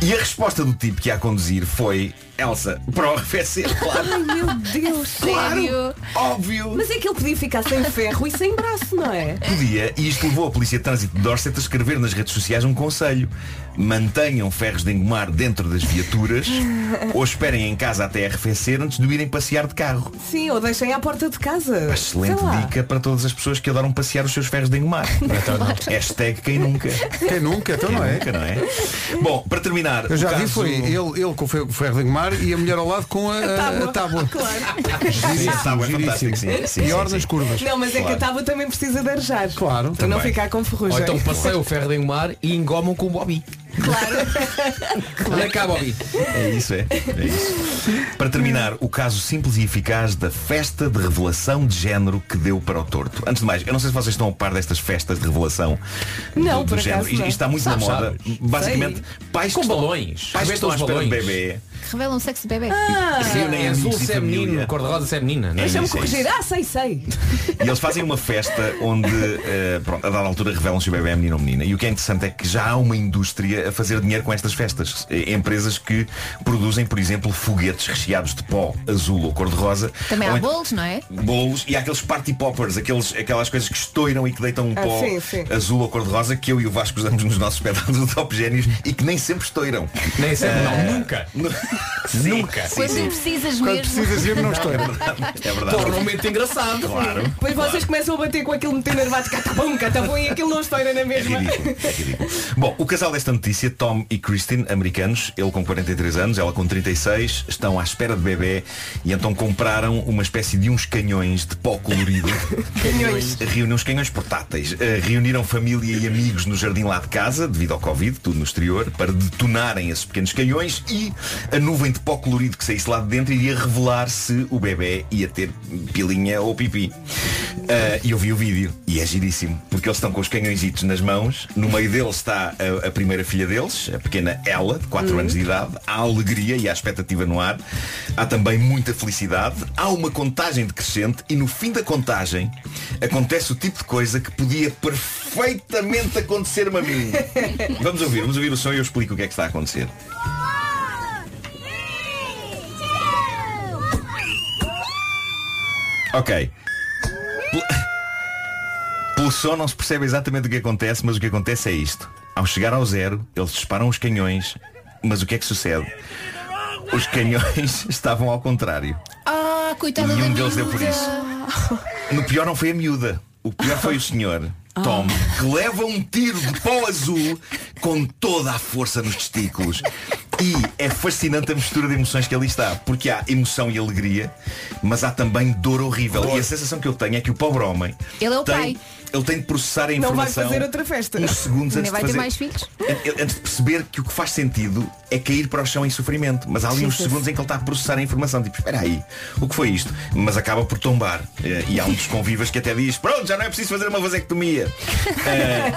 Speaker 10: E a resposta do tipo que ia a conduzir foi Elsa, para o arrefecer, claro
Speaker 4: Meu Deus.
Speaker 10: Claro, óbvio
Speaker 4: Mas é que ele podia ficar sem ferro e sem braço, não é?
Speaker 10: Podia, e isto levou a Polícia de Trânsito de Dorset a escrever nas redes sociais um conselho. Mantenham ferros de engomar dentro das viaturas ou esperem em casa até arrefecer antes de o irem passear de carro.
Speaker 4: Sim, ou deixem à porta de casa.
Speaker 10: Excelente
Speaker 4: Sei lá.
Speaker 10: dica para todas as pessoas que adoram passear os seus ferros de engomar. Hashtag quem nunca.
Speaker 2: quem nunca, então não é?
Speaker 10: Nunca, não é? Bom, para terminar.
Speaker 2: Eu já
Speaker 10: o
Speaker 2: vi
Speaker 10: caso...
Speaker 2: foi ele, ele com o ferro- ferro de engomar e a mulher ao lado com a, a, a tábua.
Speaker 10: Sim, tá bem, fantástico, sim, sim, sim,
Speaker 2: Pior
Speaker 10: sim.
Speaker 2: nas curvas.
Speaker 4: Não, mas é que
Speaker 10: Claro.
Speaker 4: a tábua também precisa de arejar.
Speaker 2: Claro.
Speaker 4: Para não
Speaker 10: Também.
Speaker 4: ficar com
Speaker 6: Ou
Speaker 4: ferrugem.
Speaker 6: então passei o ferro de engomar e engomam com o Bobby. Claro. Olha cá, Bobby.
Speaker 10: É isso, é. É isso. Para terminar, o caso simples e eficaz da festa de revelação de género que deu para o torto. Antes de mais, eu não sei se vocês estão a par destas festas de revelação do-
Speaker 4: Não,
Speaker 10: do,
Speaker 4: por acaso
Speaker 10: género. Isto
Speaker 4: não.
Speaker 10: está muito
Speaker 6: Sabes,
Speaker 10: na moda.
Speaker 6: sabes.
Speaker 10: Basicamente, pais
Speaker 6: Com
Speaker 10: que estão,
Speaker 6: balões.
Speaker 10: Pais que estão à
Speaker 6: Reventam os
Speaker 10: espera de
Speaker 6: balões.
Speaker 10: bebê.
Speaker 5: Que revela um sexo de bebê.
Speaker 10: reúnem
Speaker 6: É azul
Speaker 10: amigos e
Speaker 6: se é menino,
Speaker 10: família.
Speaker 6: cor-de-rosa se é menina. não é?
Speaker 4: Ah. Deixa-me
Speaker 10: Isso, é
Speaker 4: corrigir. Ah, sei, sei.
Speaker 10: E eles fazem uma festa onde, eh, pronto, a dada altura revelam se o bebê é menino ou menina. E o que é interessante é que já há uma indústria a fazer dinheiro com estas festas. Eh, Empresas que produzem, por exemplo, foguetes recheados de pó azul ou cor-de-rosa.
Speaker 5: Também
Speaker 10: Ou então
Speaker 5: há
Speaker 10: ent-
Speaker 5: bolos, não é?
Speaker 10: bolos e há aqueles party poppers, aqueles, aquelas coisas que estouram e que deitam um
Speaker 4: Ah,
Speaker 10: pó
Speaker 4: sim, sim.
Speaker 10: azul ou cor-de-rosa que eu e o Vasco usamos nos nossos espetáculos de top génios e que nem sempre estouram.
Speaker 6: Nem sempre, não, nunca.
Speaker 10: Nu- Nunca. Sim,
Speaker 5: Quando
Speaker 10: sim.
Speaker 5: precisas
Speaker 2: Quando
Speaker 5: mesmo.
Speaker 2: precisas ir, não estou.
Speaker 10: É verdade.
Speaker 6: Torna um momento engraçado.
Speaker 10: Claro.
Speaker 4: Depois vocês começam a bater com aquele muito nervado. Catapum, catapum e aquilo não estoura na
Speaker 10: É
Speaker 4: mesma.
Speaker 10: ridículo, é ridículo. Bom, o casal desta notícia, Tom e Christine, americanos, ele com 43 anos, ela com 36, estão à espera de bebê e então compraram uma espécie de uns canhões de pó colorido. canhões. Reuniram uns canhões portáteis. Eh, reuniram família e amigos no jardim lá de casa, devido ao Covid, tudo no exterior, para detonarem esses pequenos canhões e a nuvem de pó colorido que saísse lá de dentro iria revelar se o bebê ia ter pilinha ou pipi. Ah, e eu vi o vídeo e é giríssimo, porque eles estão com os canhõezitos nas mãos, no meio deles está a, a primeira filha deles, a pequena Ella, de 4
Speaker 11: Hum.
Speaker 10: anos de idade, há alegria e há expectativa no ar, há também muita felicidade, há uma contagem decrescente e no fim da contagem acontece o tipo de coisa que podia perfeitamente acontecer-me a mim. Vamos ouvir, vamos ouvir o som e eu explico o que é que está a acontecer. Ok. Pel- Pelo som não se percebe exatamente o que acontece, mas o que acontece é isto. Ao chegar ao zero, eles disparam os canhões, mas o que é que sucede? Os canhões estavam ao contrário.
Speaker 5: Ah, coitada
Speaker 10: E um
Speaker 5: da
Speaker 10: deles deu por
Speaker 5: miúda.
Speaker 10: No pior não foi a miúda. O pior foi o senhor,
Speaker 5: Ah.
Speaker 10: Tom, que leva um tiro de pó azul com toda a força nos testículos. E é fascinante a mistura de emoções que ali está, porque há emoção e alegria, mas há também dor horrível. E a sensação que eu tenho é que o pobre homem
Speaker 5: Ele é o
Speaker 10: tem,
Speaker 5: pai.
Speaker 10: ele tem de processar
Speaker 5: Não
Speaker 10: a
Speaker 5: vai
Speaker 10: informação um
Speaker 5: fazer outra festa.
Speaker 10: uns segundos
Speaker 5: Nem
Speaker 10: antes
Speaker 5: vai
Speaker 10: de
Speaker 5: ter
Speaker 10: fazer-
Speaker 5: mais filhos.
Speaker 10: An- Antes de perceber que o que faz sentido é cair para o chão em sofrimento. Mas há ali
Speaker 5: Sim,
Speaker 10: uns
Speaker 5: sim,
Speaker 10: segundos
Speaker 5: sim.
Speaker 10: em que ele está a processar a informação. Tipo, espera aí, o que foi isto? Mas acaba por tombar. Eh, E há um dos convivas que até diz, pronto, já não é preciso fazer uma vasectomia. Eh,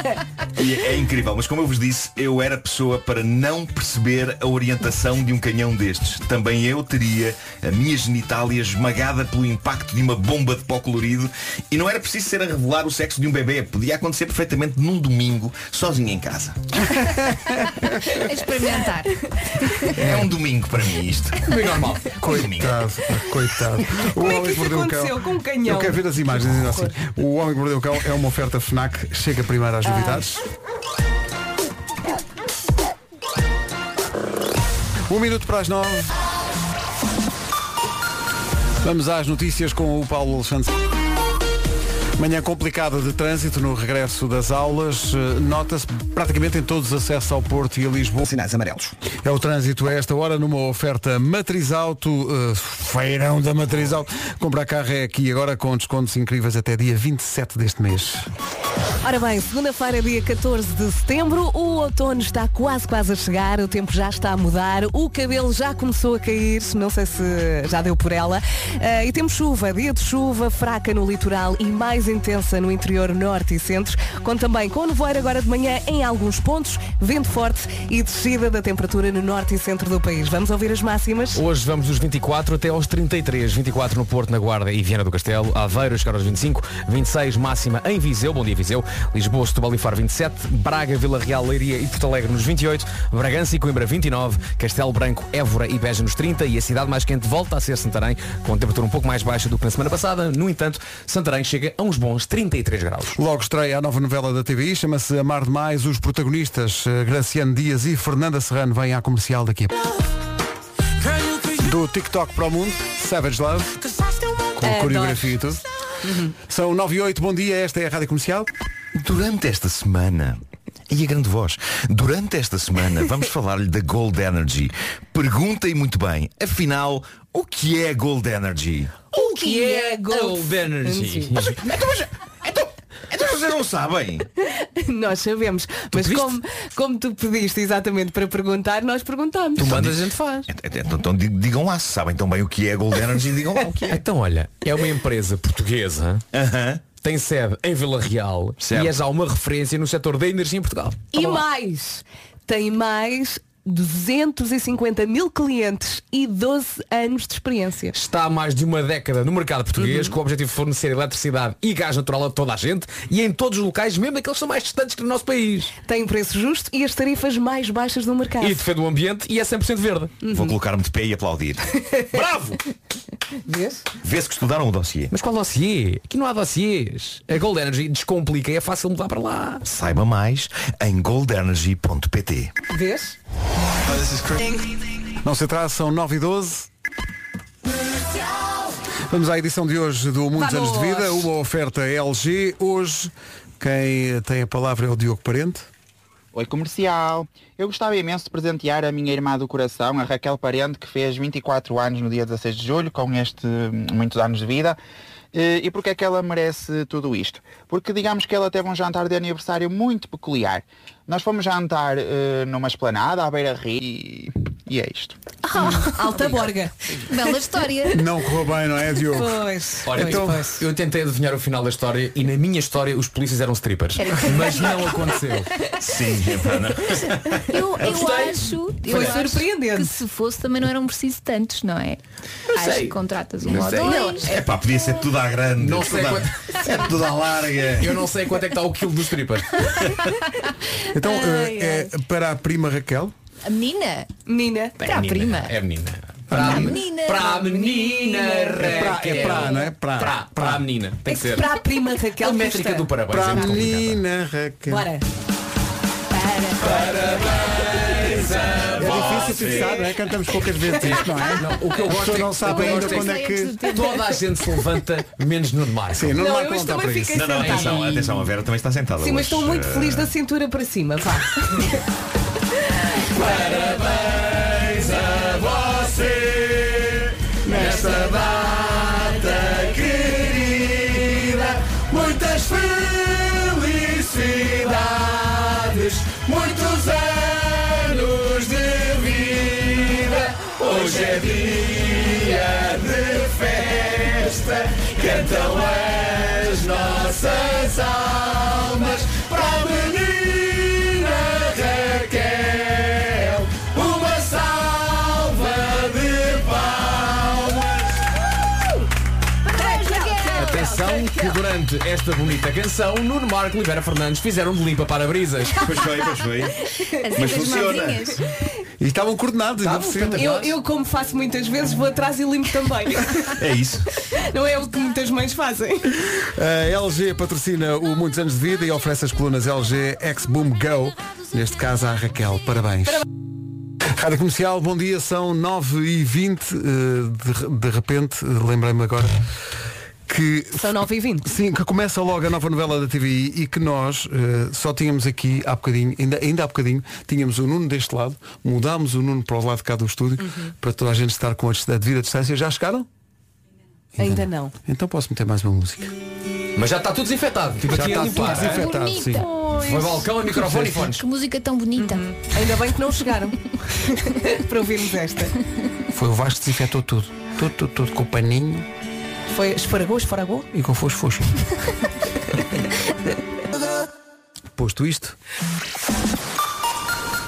Speaker 10: e é incrível. Mas como eu vos disse, eu era pessoa para não perceber a orientação de um canhão destes. Também eu teria a minha genitália esmagada pelo impacto de uma bomba de pó colorido. E não era preciso ser a revelar o sexo de um bebê. Podia acontecer perfeitamente num domingo, sozinho em casa.
Speaker 5: Experimentar.
Speaker 10: É um domingo para mim isto.
Speaker 2: Bem normal. Coitado, coitado. O
Speaker 4: Como é que
Speaker 2: Homem que
Speaker 4: isso
Speaker 2: Mordeu o
Speaker 4: aconteceu?
Speaker 2: Cão.
Speaker 4: Com um canhão?
Speaker 2: Eu quero ver as imagens ainda assim. O Homem que Mordeu o Cão é uma oferta FNAC. Chega primeiro às
Speaker 4: Ah.
Speaker 2: novidades. Um minuto para as nove. Vamos às notícias com o Paulo Alexandre. Manhã complicada de trânsito no regresso das aulas. Eh, Nota-se praticamente em todos os acessos ao Porto e a Lisboa.
Speaker 3: Sinais amarelos.
Speaker 2: É o trânsito a esta hora numa oferta Matriz Auto, eh, feirão da Matriz Auto. Comprar carro é aqui agora com descontos incríveis até dia 27 deste mês.
Speaker 4: Ora bem, segunda-feira, dia 14 de setembro, o outono está quase quase a chegar, o tempo já está a mudar, o cabelo já começou a cair, não sei se já deu por ela. Ah, e temos chuva, dia de chuva, fraca no litoral e mais intensa no interior norte e centro, com também com nevoeiro agora de manhã em alguns pontos, vento forte e descida da temperatura no norte e centro do país. Vamos ouvir as máximas?
Speaker 6: Hoje vamos dos 24 até aos 33. 24 no Porto, na Guarda e Viana do Castelo. Aveiro chegar aos 25. 26 máxima em Viseu. Bom dia, Viseu. Lisboa, Setúbal e Faro 27. Braga, Vila Real, Leiria e Porto Alegre nos 28. Bragança e Coimbra 29. Castelo Branco, Évora e Beja nos 30. E a cidade mais quente volta a ser Santarém, com temperatura um pouco mais baixa do que na semana passada. No entanto, Santarém chega a uns bons 33 graus.
Speaker 2: Logo estreia a nova novela da TVI, chama-se Amar Demais. Os protagonistas eh, Graciano Dias e Fernanda Serrano vêm à comercial daqui a pouco. Do TikTok para o mundo, Savage Love, com
Speaker 11: Adoro.
Speaker 2: coreografia e tudo. São 9 e 8, bom dia, esta é a Rádio Comercial.
Speaker 10: Durante esta semana, e a grande voz, durante esta semana vamos falar-lhe da Gold Energy. Perguntem muito bem, afinal, o que é Gold Energy?
Speaker 4: O que é
Speaker 6: Gold Energy?
Speaker 10: Então vocês não sabem.
Speaker 4: Nós sabemos, mas como, como tu pediste exatamente para perguntar, nós perguntamos.
Speaker 6: faz.
Speaker 10: Então, então di- digam lá, se sabem tão bem o que é Gold Energy, digam lá o que é.
Speaker 6: Então olha, é uma empresa portuguesa, tem sede em Vila Real
Speaker 10: Certo.
Speaker 6: e é já uma referência no setor da energia em Portugal.
Speaker 4: E mais, tem mais 250 mil clientes e 12 anos de experiência.
Speaker 6: Está há mais de uma década no mercado português
Speaker 10: Uhum.
Speaker 6: com o objetivo de fornecer eletricidade e gás natural a toda a gente e em todos os locais, mesmo aqueles que são mais distantes do nosso país.
Speaker 4: Tem preço justo e as tarifas mais baixas do mercado.
Speaker 6: E defende o ambiente e é 100% verde.
Speaker 10: Uhum. Vou colocar-me de pé e aplaudir. Bravo!
Speaker 4: Vês?
Speaker 10: Vê-se que estudaram o dossiê.
Speaker 6: Mas qual dossiê? Aqui não há dossiês. A Gold Energy descomplica e é fácil mudar para lá.
Speaker 10: Saiba mais em goldenergy.pt
Speaker 4: Vês?
Speaker 2: Não se atrasa, são 9 e 12. Vamos à edição de hoje do Muitos
Speaker 11: Vamos.
Speaker 2: Anos de Vida, uma oferta LG. Hoje, quem tem a palavra é o Diogo Parente.
Speaker 12: Oi comercial, eu gostava imenso de presentear a minha irmã do coração, a Raquel Parente, que fez 24 anos no dia 16 de julho, com este hum, muitos anos de vida. Eh, E porque é que ela merece tudo isto? Porque digamos que ela teve um jantar de aniversário muito peculiar. Nós fomos jantar eh, numa esplanada, à beira-rio, e E é isto.
Speaker 4: Ah, Alta borga.
Speaker 5: Bela história.
Speaker 2: Não correu bem, não é, Diogo?
Speaker 4: Pois.
Speaker 6: Olha,
Speaker 4: pois,
Speaker 6: então,
Speaker 4: pois.
Speaker 6: eu tentei adivinhar o final da história e na minha história os polícias eram strippers.
Speaker 5: Era-
Speaker 6: Mas não aconteceu.
Speaker 10: Sim, é
Speaker 5: Eu, eu
Speaker 6: gostei.
Speaker 5: acho, eu
Speaker 4: Foi
Speaker 5: acho
Speaker 4: surpreendente.
Speaker 5: que se fosse também não eram precisos tantos, não é? acho que contratas um ou
Speaker 10: Mas é-
Speaker 5: dois.
Speaker 10: É pá, podia ser tudo à grande.
Speaker 6: Não sei
Speaker 10: tudo à- É tudo à larga.
Speaker 6: Eu não sei quanto é que está o quilo do stripper.
Speaker 2: Então,
Speaker 5: Ai,
Speaker 2: eh, é para a prima Raquel.
Speaker 5: A menina?
Speaker 4: Menina.
Speaker 5: Para a prima.
Speaker 6: É menina.
Speaker 5: Para a menina.
Speaker 6: Para a menina
Speaker 2: É pra- é pra, não é? Pra.
Speaker 6: Para, para a menina. Tem
Speaker 4: É
Speaker 6: que
Speaker 4: que
Speaker 6: ser.
Speaker 4: para a prima Raquel.
Speaker 6: A métrica
Speaker 4: custa.
Speaker 6: do parabéns.
Speaker 2: Para
Speaker 6: é
Speaker 2: a
Speaker 6: muito complicada.
Speaker 2: menina Raquel.
Speaker 4: Bora.
Speaker 2: É difícil fixar, não é? Cantamos poucas vezes isto, não é?
Speaker 6: Não, o que eu
Speaker 2: A
Speaker 6: gosto
Speaker 2: pessoa
Speaker 6: é que-
Speaker 2: não
Speaker 6: o que
Speaker 2: sabe
Speaker 6: eu
Speaker 2: ainda
Speaker 6: gosto é
Speaker 2: quando é que.
Speaker 5: que-
Speaker 6: Toda a gente se levanta, menos no mar.
Speaker 2: Sim, não,
Speaker 4: Não,
Speaker 2: dá
Speaker 4: eu
Speaker 2: conta
Speaker 4: também
Speaker 2: para isso.
Speaker 4: fiquei
Speaker 10: Não, não,
Speaker 4: sentada.
Speaker 10: atenção, atenção, a Vera também está sentada.
Speaker 4: Sim, mas
Speaker 10: hoje.
Speaker 4: estou muito
Speaker 10: Eh,
Speaker 4: feliz da cintura para cima. Vá.
Speaker 6: Muitas felicidades, muitos anos de vida. Hoje é dia de festa, cantam as nossas almas para a menina Raquel. Uma salva de palmas. Eh, Atenção que durante esta bonita canção, Nuno Marco e Vera Fernandes fizeram de limpa para-brisas.
Speaker 10: Pois foi, pois foi.
Speaker 5: Assim
Speaker 10: Mas
Speaker 5: com as
Speaker 10: funciona. Tá,
Speaker 5: mãozinhas.
Speaker 2: E estavam coordenados, ainda por cima.
Speaker 4: Eu, eu, como faço muitas vezes, vou atrás e limpo também.
Speaker 10: É isso.
Speaker 4: Não é o que muitas mães fazem.
Speaker 2: A LG patrocina o Muitos Anos de Vida e oferece as colunas LG X-Boom Go. Neste caso à Raquel. Parabéns. Rádio Comercial, bom dia, são 9h20. eh, De, de repente, eh, lembrei-me agora que
Speaker 4: São 9 e 20
Speaker 2: Sim, que começa logo a nova novela da TVI e que nós eh, só tínhamos aqui há bocadinho, ainda, ainda há bocadinho, tínhamos o Nuno deste lado, mudámos o Nuno para o lado de cá do estúdio,
Speaker 4: Uhum.
Speaker 2: para toda a gente estar com a, dis- a devida distância. Já chegaram?
Speaker 4: Ainda não.
Speaker 2: Então posso meter mais uma música.
Speaker 6: Mas já está tudo desinfetado. Tipo,
Speaker 2: Já
Speaker 6: aqui
Speaker 2: está
Speaker 6: a limpar.
Speaker 2: tudo desinfetado, sim.
Speaker 5: Bonita.
Speaker 6: Foi balcão, microfone e fones.
Speaker 5: Que música tão bonita.
Speaker 4: Uhum. Ainda bem que não chegaram para ouvirmos esta.
Speaker 2: Foi o Vasco que desinfetou tudo. Tudo, tudo, tudo, com paninho
Speaker 4: Foi esfaragou, esfaragou.
Speaker 2: e com fosfos. Posto isto.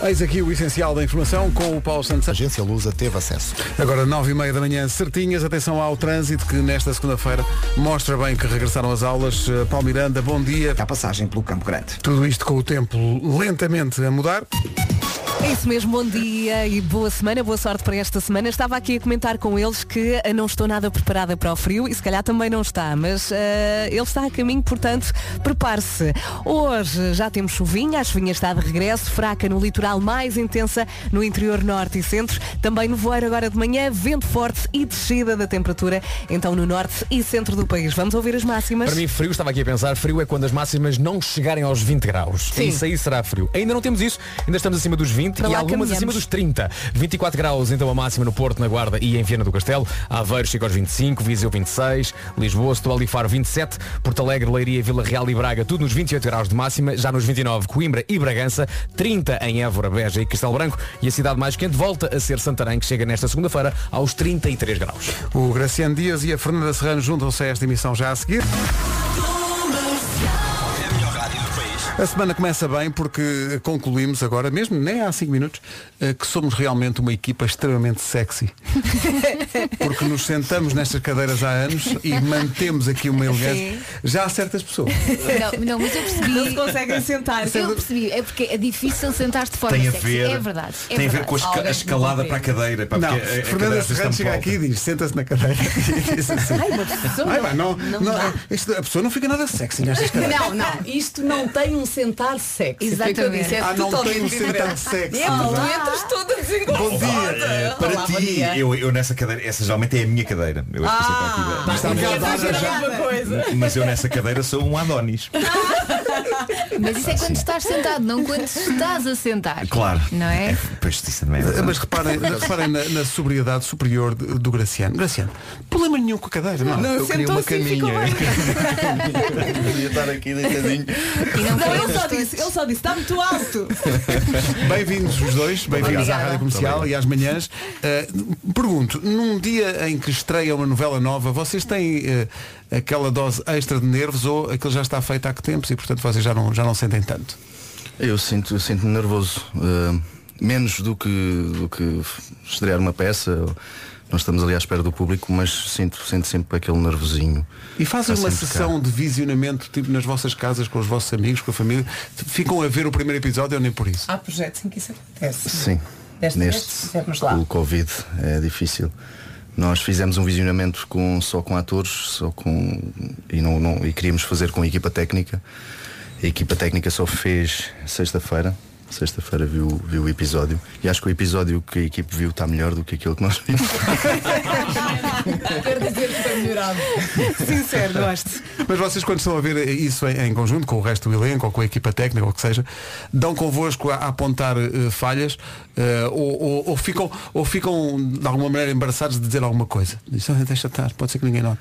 Speaker 2: Eis aqui o essencial da informação com o Paulo Santos.
Speaker 1: A agência Lusa teve acesso.
Speaker 2: Agora, nove e meia da manhã, certinhas. Atenção ao trânsito que nesta segunda-feira mostra bem que regressaram as aulas. Eh, Paulo Miranda, bom dia.
Speaker 3: A passagem pelo Campo Grande.
Speaker 2: Tudo isto com o tempo lentamente a mudar.
Speaker 4: É isso mesmo, bom dia e boa semana, boa sorte para esta semana. Estava aqui a comentar com eles que eh, não estou nada preparada para o frio e se calhar também não está, mas eh, ele está a caminho, portanto, prepare-se. Hoje já temos chuvinha, a chuvinha está de regresso, fraca no litoral, mais intensa no interior norte e centro. Também no voeiro agora de manhã, vento forte e descida da temperatura, então no norte e centro do país. Vamos ouvir as máximas?
Speaker 6: Para mim, frio, estava aqui a pensar, frio é quando as máximas não chegarem aos 20 graus.
Speaker 4: Sim.
Speaker 6: Isso aí será frio. Ainda não temos isso, ainda estamos acima dos 20
Speaker 4: Para
Speaker 6: e
Speaker 4: lá
Speaker 6: algumas
Speaker 4: caminhamos.
Speaker 6: acima dos 30. 24 graus, então a máxima no Porto, na Guarda e em Viana do Castelo. Aveiro chega aos 25, Viseu 26, Lisboa, Setúbal e Faro 27, Porto Alegre, Leiria, Vila Real e Braga, tudo nos 28 graus de máxima. Já nos 29, Coimbra e Bragança, 30 em Évora, Beja e Castelo Branco. E a cidade mais quente volta a ser Santarém, que chega nesta segunda-feira aos 33 graus.
Speaker 2: O Graciano Dias e a Fernanda Serrano juntam-se a esta emissão já a seguir. A semana começa bem porque concluímos agora, mesmo nem há 5 minutos, eh, que somos realmente uma equipa extremamente sexy. Porque nos sentamos nestas cadeiras há anos e mantemos aqui uma elegância. Já há certas pessoas.
Speaker 5: Não, não, mas eu
Speaker 4: Não se
Speaker 5: percebi.
Speaker 4: conseguem sentar.
Speaker 5: Eu percebi, é porque é difícil sentar-te de forma
Speaker 10: Tem a
Speaker 5: sexy.
Speaker 10: ver.
Speaker 5: É verdade. é
Speaker 10: tem a ver
Speaker 5: verdade.
Speaker 10: com a, esca-
Speaker 4: Alguém
Speaker 10: a escalada
Speaker 4: que
Speaker 10: para a cadeira. Pá,
Speaker 2: Não,
Speaker 10: porque a- a
Speaker 2: Fernanda
Speaker 10: cadeira está
Speaker 2: Serrano chega
Speaker 10: muito
Speaker 2: aqui e diz, senta-se na cadeira. E diz assim,
Speaker 4: Ai, uma pessoa
Speaker 2: "Ai,
Speaker 4: não-
Speaker 2: pá, não,
Speaker 4: não
Speaker 2: não,
Speaker 4: dá.
Speaker 2: isto- a pessoa não fica nada sexy nestas cadeiras.
Speaker 11: Não, não, isto não tem um sentar sexy.
Speaker 5: Exatamente.
Speaker 11: Foi o que eu disse, é
Speaker 2: Ah, não
Speaker 11: totalmente
Speaker 2: tem um
Speaker 11: diferente.
Speaker 2: sentar sexy.
Speaker 11: É,
Speaker 2: exato.
Speaker 11: tu entras toda
Speaker 10: assim
Speaker 2: Bom
Speaker 11: desengonçada.
Speaker 2: dia.
Speaker 10: alta. Eh, para
Speaker 11: Olá, bom
Speaker 10: ti,
Speaker 11: dia.
Speaker 10: eu, eu nessa cadeira, essa geralmente é a minha cadeira. Eu acho que você está aqui,
Speaker 2: Está
Speaker 10: mas,
Speaker 2: mudada já.
Speaker 11: Mesma coisa.
Speaker 10: mas eu nessa cadeira sou um Adonis.
Speaker 5: Mas isso é quando estás sentado, não quando estás a sentar.
Speaker 10: Claro.
Speaker 5: Não é?
Speaker 10: Pois, isso também é verdade.
Speaker 2: Eh, Mas reparem, reparem na, na sobriedade superior de- do Graciano. Graciano, problema nenhum com a cadeira, não.
Speaker 13: Não, eu queria uma caminha.
Speaker 10: Podia estar aqui deitadinho.
Speaker 4: Não, ele
Speaker 6: é
Speaker 4: só disse, ele só disse, está muito alto.
Speaker 2: Bem-vindos os dois, bem-vindos à
Speaker 4: Obrigada.
Speaker 2: Rádio Comercial e às manhãs. Uh, pergunto, num dia em que estreia uma novela nova, vocês têm uh, aquela dose extra de nervos ou aquilo já está feito há que tempos e portanto vocês já não, já não sentem tanto?
Speaker 13: Eu sinto, eu sinto-me nervoso. eh, menos do que, do que estrear uma peça. Nós estamos ali à espera do público, mas sinto, sinto sempre aquele nervosinho.
Speaker 2: E fazem
Speaker 13: Está
Speaker 2: uma
Speaker 13: sempre cá.
Speaker 2: sessão de visionamento, tipo nas vossas casas, com os vossos amigos, com a família? Ficam a ver o primeiro episódio ou nem por isso?
Speaker 11: Há projetos em que isso é acontece.
Speaker 13: Sim.
Speaker 11: Desta vez
Speaker 13: Neste,
Speaker 11: fizemos lá.
Speaker 13: O Covid é difícil. Nós fizemos um visionamento com, só com atores, só com. E, não, não- e queríamos fazer com a equipa técnica. A equipa técnica só fez sexta-feira. Sexta-feira viu, viu o episódio. E acho que o episódio que a equipe viu está melhor do que aquele que nós vimos.
Speaker 11: Quero dizer que foi melhorado.
Speaker 4: Sincero, gosto.
Speaker 2: Mas vocês quando estão a ver isso em, em conjunto com o resto do elenco ou com a equipa técnica ou o que seja, dão convosco a, a apontar eh, falhas eh, ou, ou- ou ficam, ou ficam de alguma maneira embaraçados de dizer alguma coisa? Dizem, "Ah, deixa estar, pode ser que ninguém note.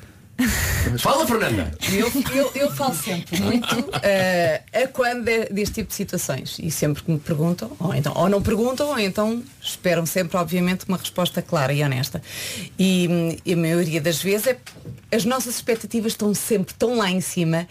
Speaker 6: Fala, Fernanda!
Speaker 11: Eu, eu, eu falo sempre muito eh, a quando de- deste tipo de situações e sempre que me perguntam, ou, então, ou não perguntam, ou então esperam sempre, obviamente, uma resposta clara e honesta. E, hum, e a maioria das vezes é- as nossas expectativas estão sempre tão lá em cima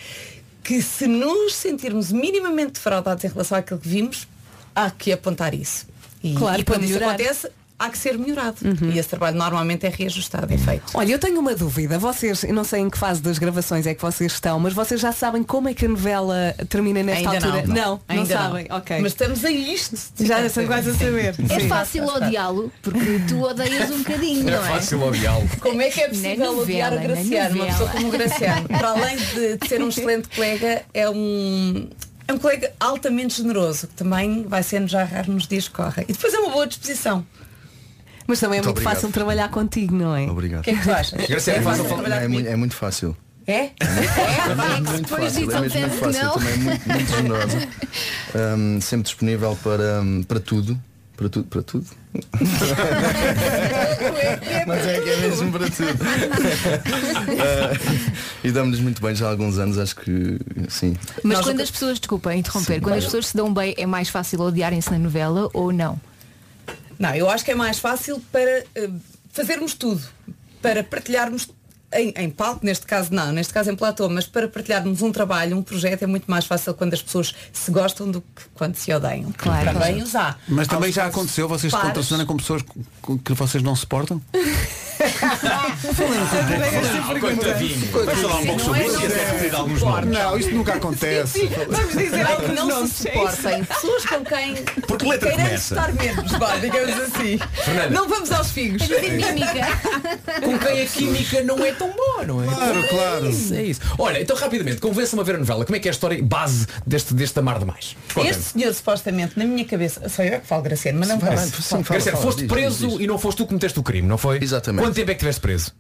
Speaker 11: que se nos sentirmos minimamente defraudados em relação àquilo que vimos, há que apontar isso. E,
Speaker 4: Claro,
Speaker 11: e quando
Speaker 4: para
Speaker 11: isso
Speaker 4: melhorar. Uhum.
Speaker 11: acontece, há que ser melhorado. E esse trabalho normalmente é reajustado, é feito.
Speaker 4: Olha, eu tenho uma dúvida. Vocês, eu não sei em que fase das gravações é que vocês estão, mas vocês já sabem como é que a novela termina nesta
Speaker 11: Ainda
Speaker 4: altura?
Speaker 11: não.
Speaker 4: não,
Speaker 11: Ainda
Speaker 4: sabem. Ok.
Speaker 11: Mas estamos a isto.
Speaker 4: Já estão quase a saber.
Speaker 5: É
Speaker 4: Sim.
Speaker 5: fácil odiá-lo, porque tu odeias um bocadinho, não é?
Speaker 6: odiá-lo.
Speaker 11: Como é que é
Speaker 5: Na
Speaker 11: possível
Speaker 5: novela,
Speaker 11: odiar o
Speaker 5: na
Speaker 11: Graciano? Uma
Speaker 5: novela.
Speaker 11: pessoa como o Graciano, para além de, de ser um excelente colega, é um. É um colega altamente generoso, que também vai sendo já raro nos dias que correm. E depois é uma boa disposição.
Speaker 4: Mas também é
Speaker 13: Muito
Speaker 4: muito
Speaker 13: obrigado.
Speaker 4: fácil trabalhar contigo, não é?
Speaker 13: Obrigado.
Speaker 11: O que é que tu achas?
Speaker 13: é,
Speaker 4: fácil
Speaker 13: muito,
Speaker 4: trabalhar
Speaker 13: é, muito, é muito fácil.
Speaker 11: É?
Speaker 13: É
Speaker 11: que
Speaker 13: muito
Speaker 11: depois
Speaker 13: fácil,
Speaker 11: disso
Speaker 13: é mesmo muito
Speaker 11: acontece que
Speaker 13: fácil,
Speaker 11: não.
Speaker 13: também muito, muito generosa. Hum, sempre disponível para, hum, para tudo. Para tudo, para tudo. Mas é que é mesmo para tudo. Ah, e damos-nos muito bem já há alguns anos, acho que sim.
Speaker 5: Mas quando as pessoas, desculpa interromper,
Speaker 13: Sim,
Speaker 5: quando as
Speaker 13: vai.
Speaker 5: pessoas se dão bem é mais fácil odiarem-se na novela ou não?
Speaker 11: Não, eu acho que é mais fácil para eh, fazermos tudo, para partilharmos em, em palco, neste caso não, neste caso em platô, mas para partilharmos um trabalho, um projeto é muito mais fácil quando as pessoas se gostam do que quando se odeiam.
Speaker 2: Claro.
Speaker 11: Também os há.
Speaker 2: Mas também
Speaker 11: Aos
Speaker 2: já
Speaker 11: casos
Speaker 2: aconteceu, vocês se
Speaker 11: pares.
Speaker 2: contracionam com pessoas com- com que vocês não suportam?
Speaker 10: falar um pouco sobre
Speaker 11: é
Speaker 10: isso é. e até referir alguns nomes.
Speaker 2: é Não, isto nunca acontece.
Speaker 11: Vamos dizer algo que não se suportem. Pessoas com quem
Speaker 10: Porque letra
Speaker 11: queiramos
Speaker 10: começa?
Speaker 11: estar menos, vá, digamos assim.
Speaker 6: Fernanda.
Speaker 11: Não vamos aos figos.
Speaker 5: é
Speaker 6: Com quem a química não é tão boa, não é?
Speaker 2: Claro, claro.
Speaker 6: É isso, é isso. Olha, então rapidamente, convença-me a ver a novela. Como é que é a história base deste, deste amar demais? Conta-me.
Speaker 11: Este senhor supostamente na minha cabeça, sou eu é que falo Graciano, mas não falo.
Speaker 13: Sim,
Speaker 6: Quer
Speaker 13: fala,
Speaker 6: dizer,
Speaker 13: fala,
Speaker 6: foste
Speaker 13: diz,
Speaker 6: preso
Speaker 13: diz, diz.
Speaker 6: e não foste tu que cometeste o crime, não foi?
Speaker 13: Exatamente.
Speaker 6: Quanto tempo é que estiveste preso?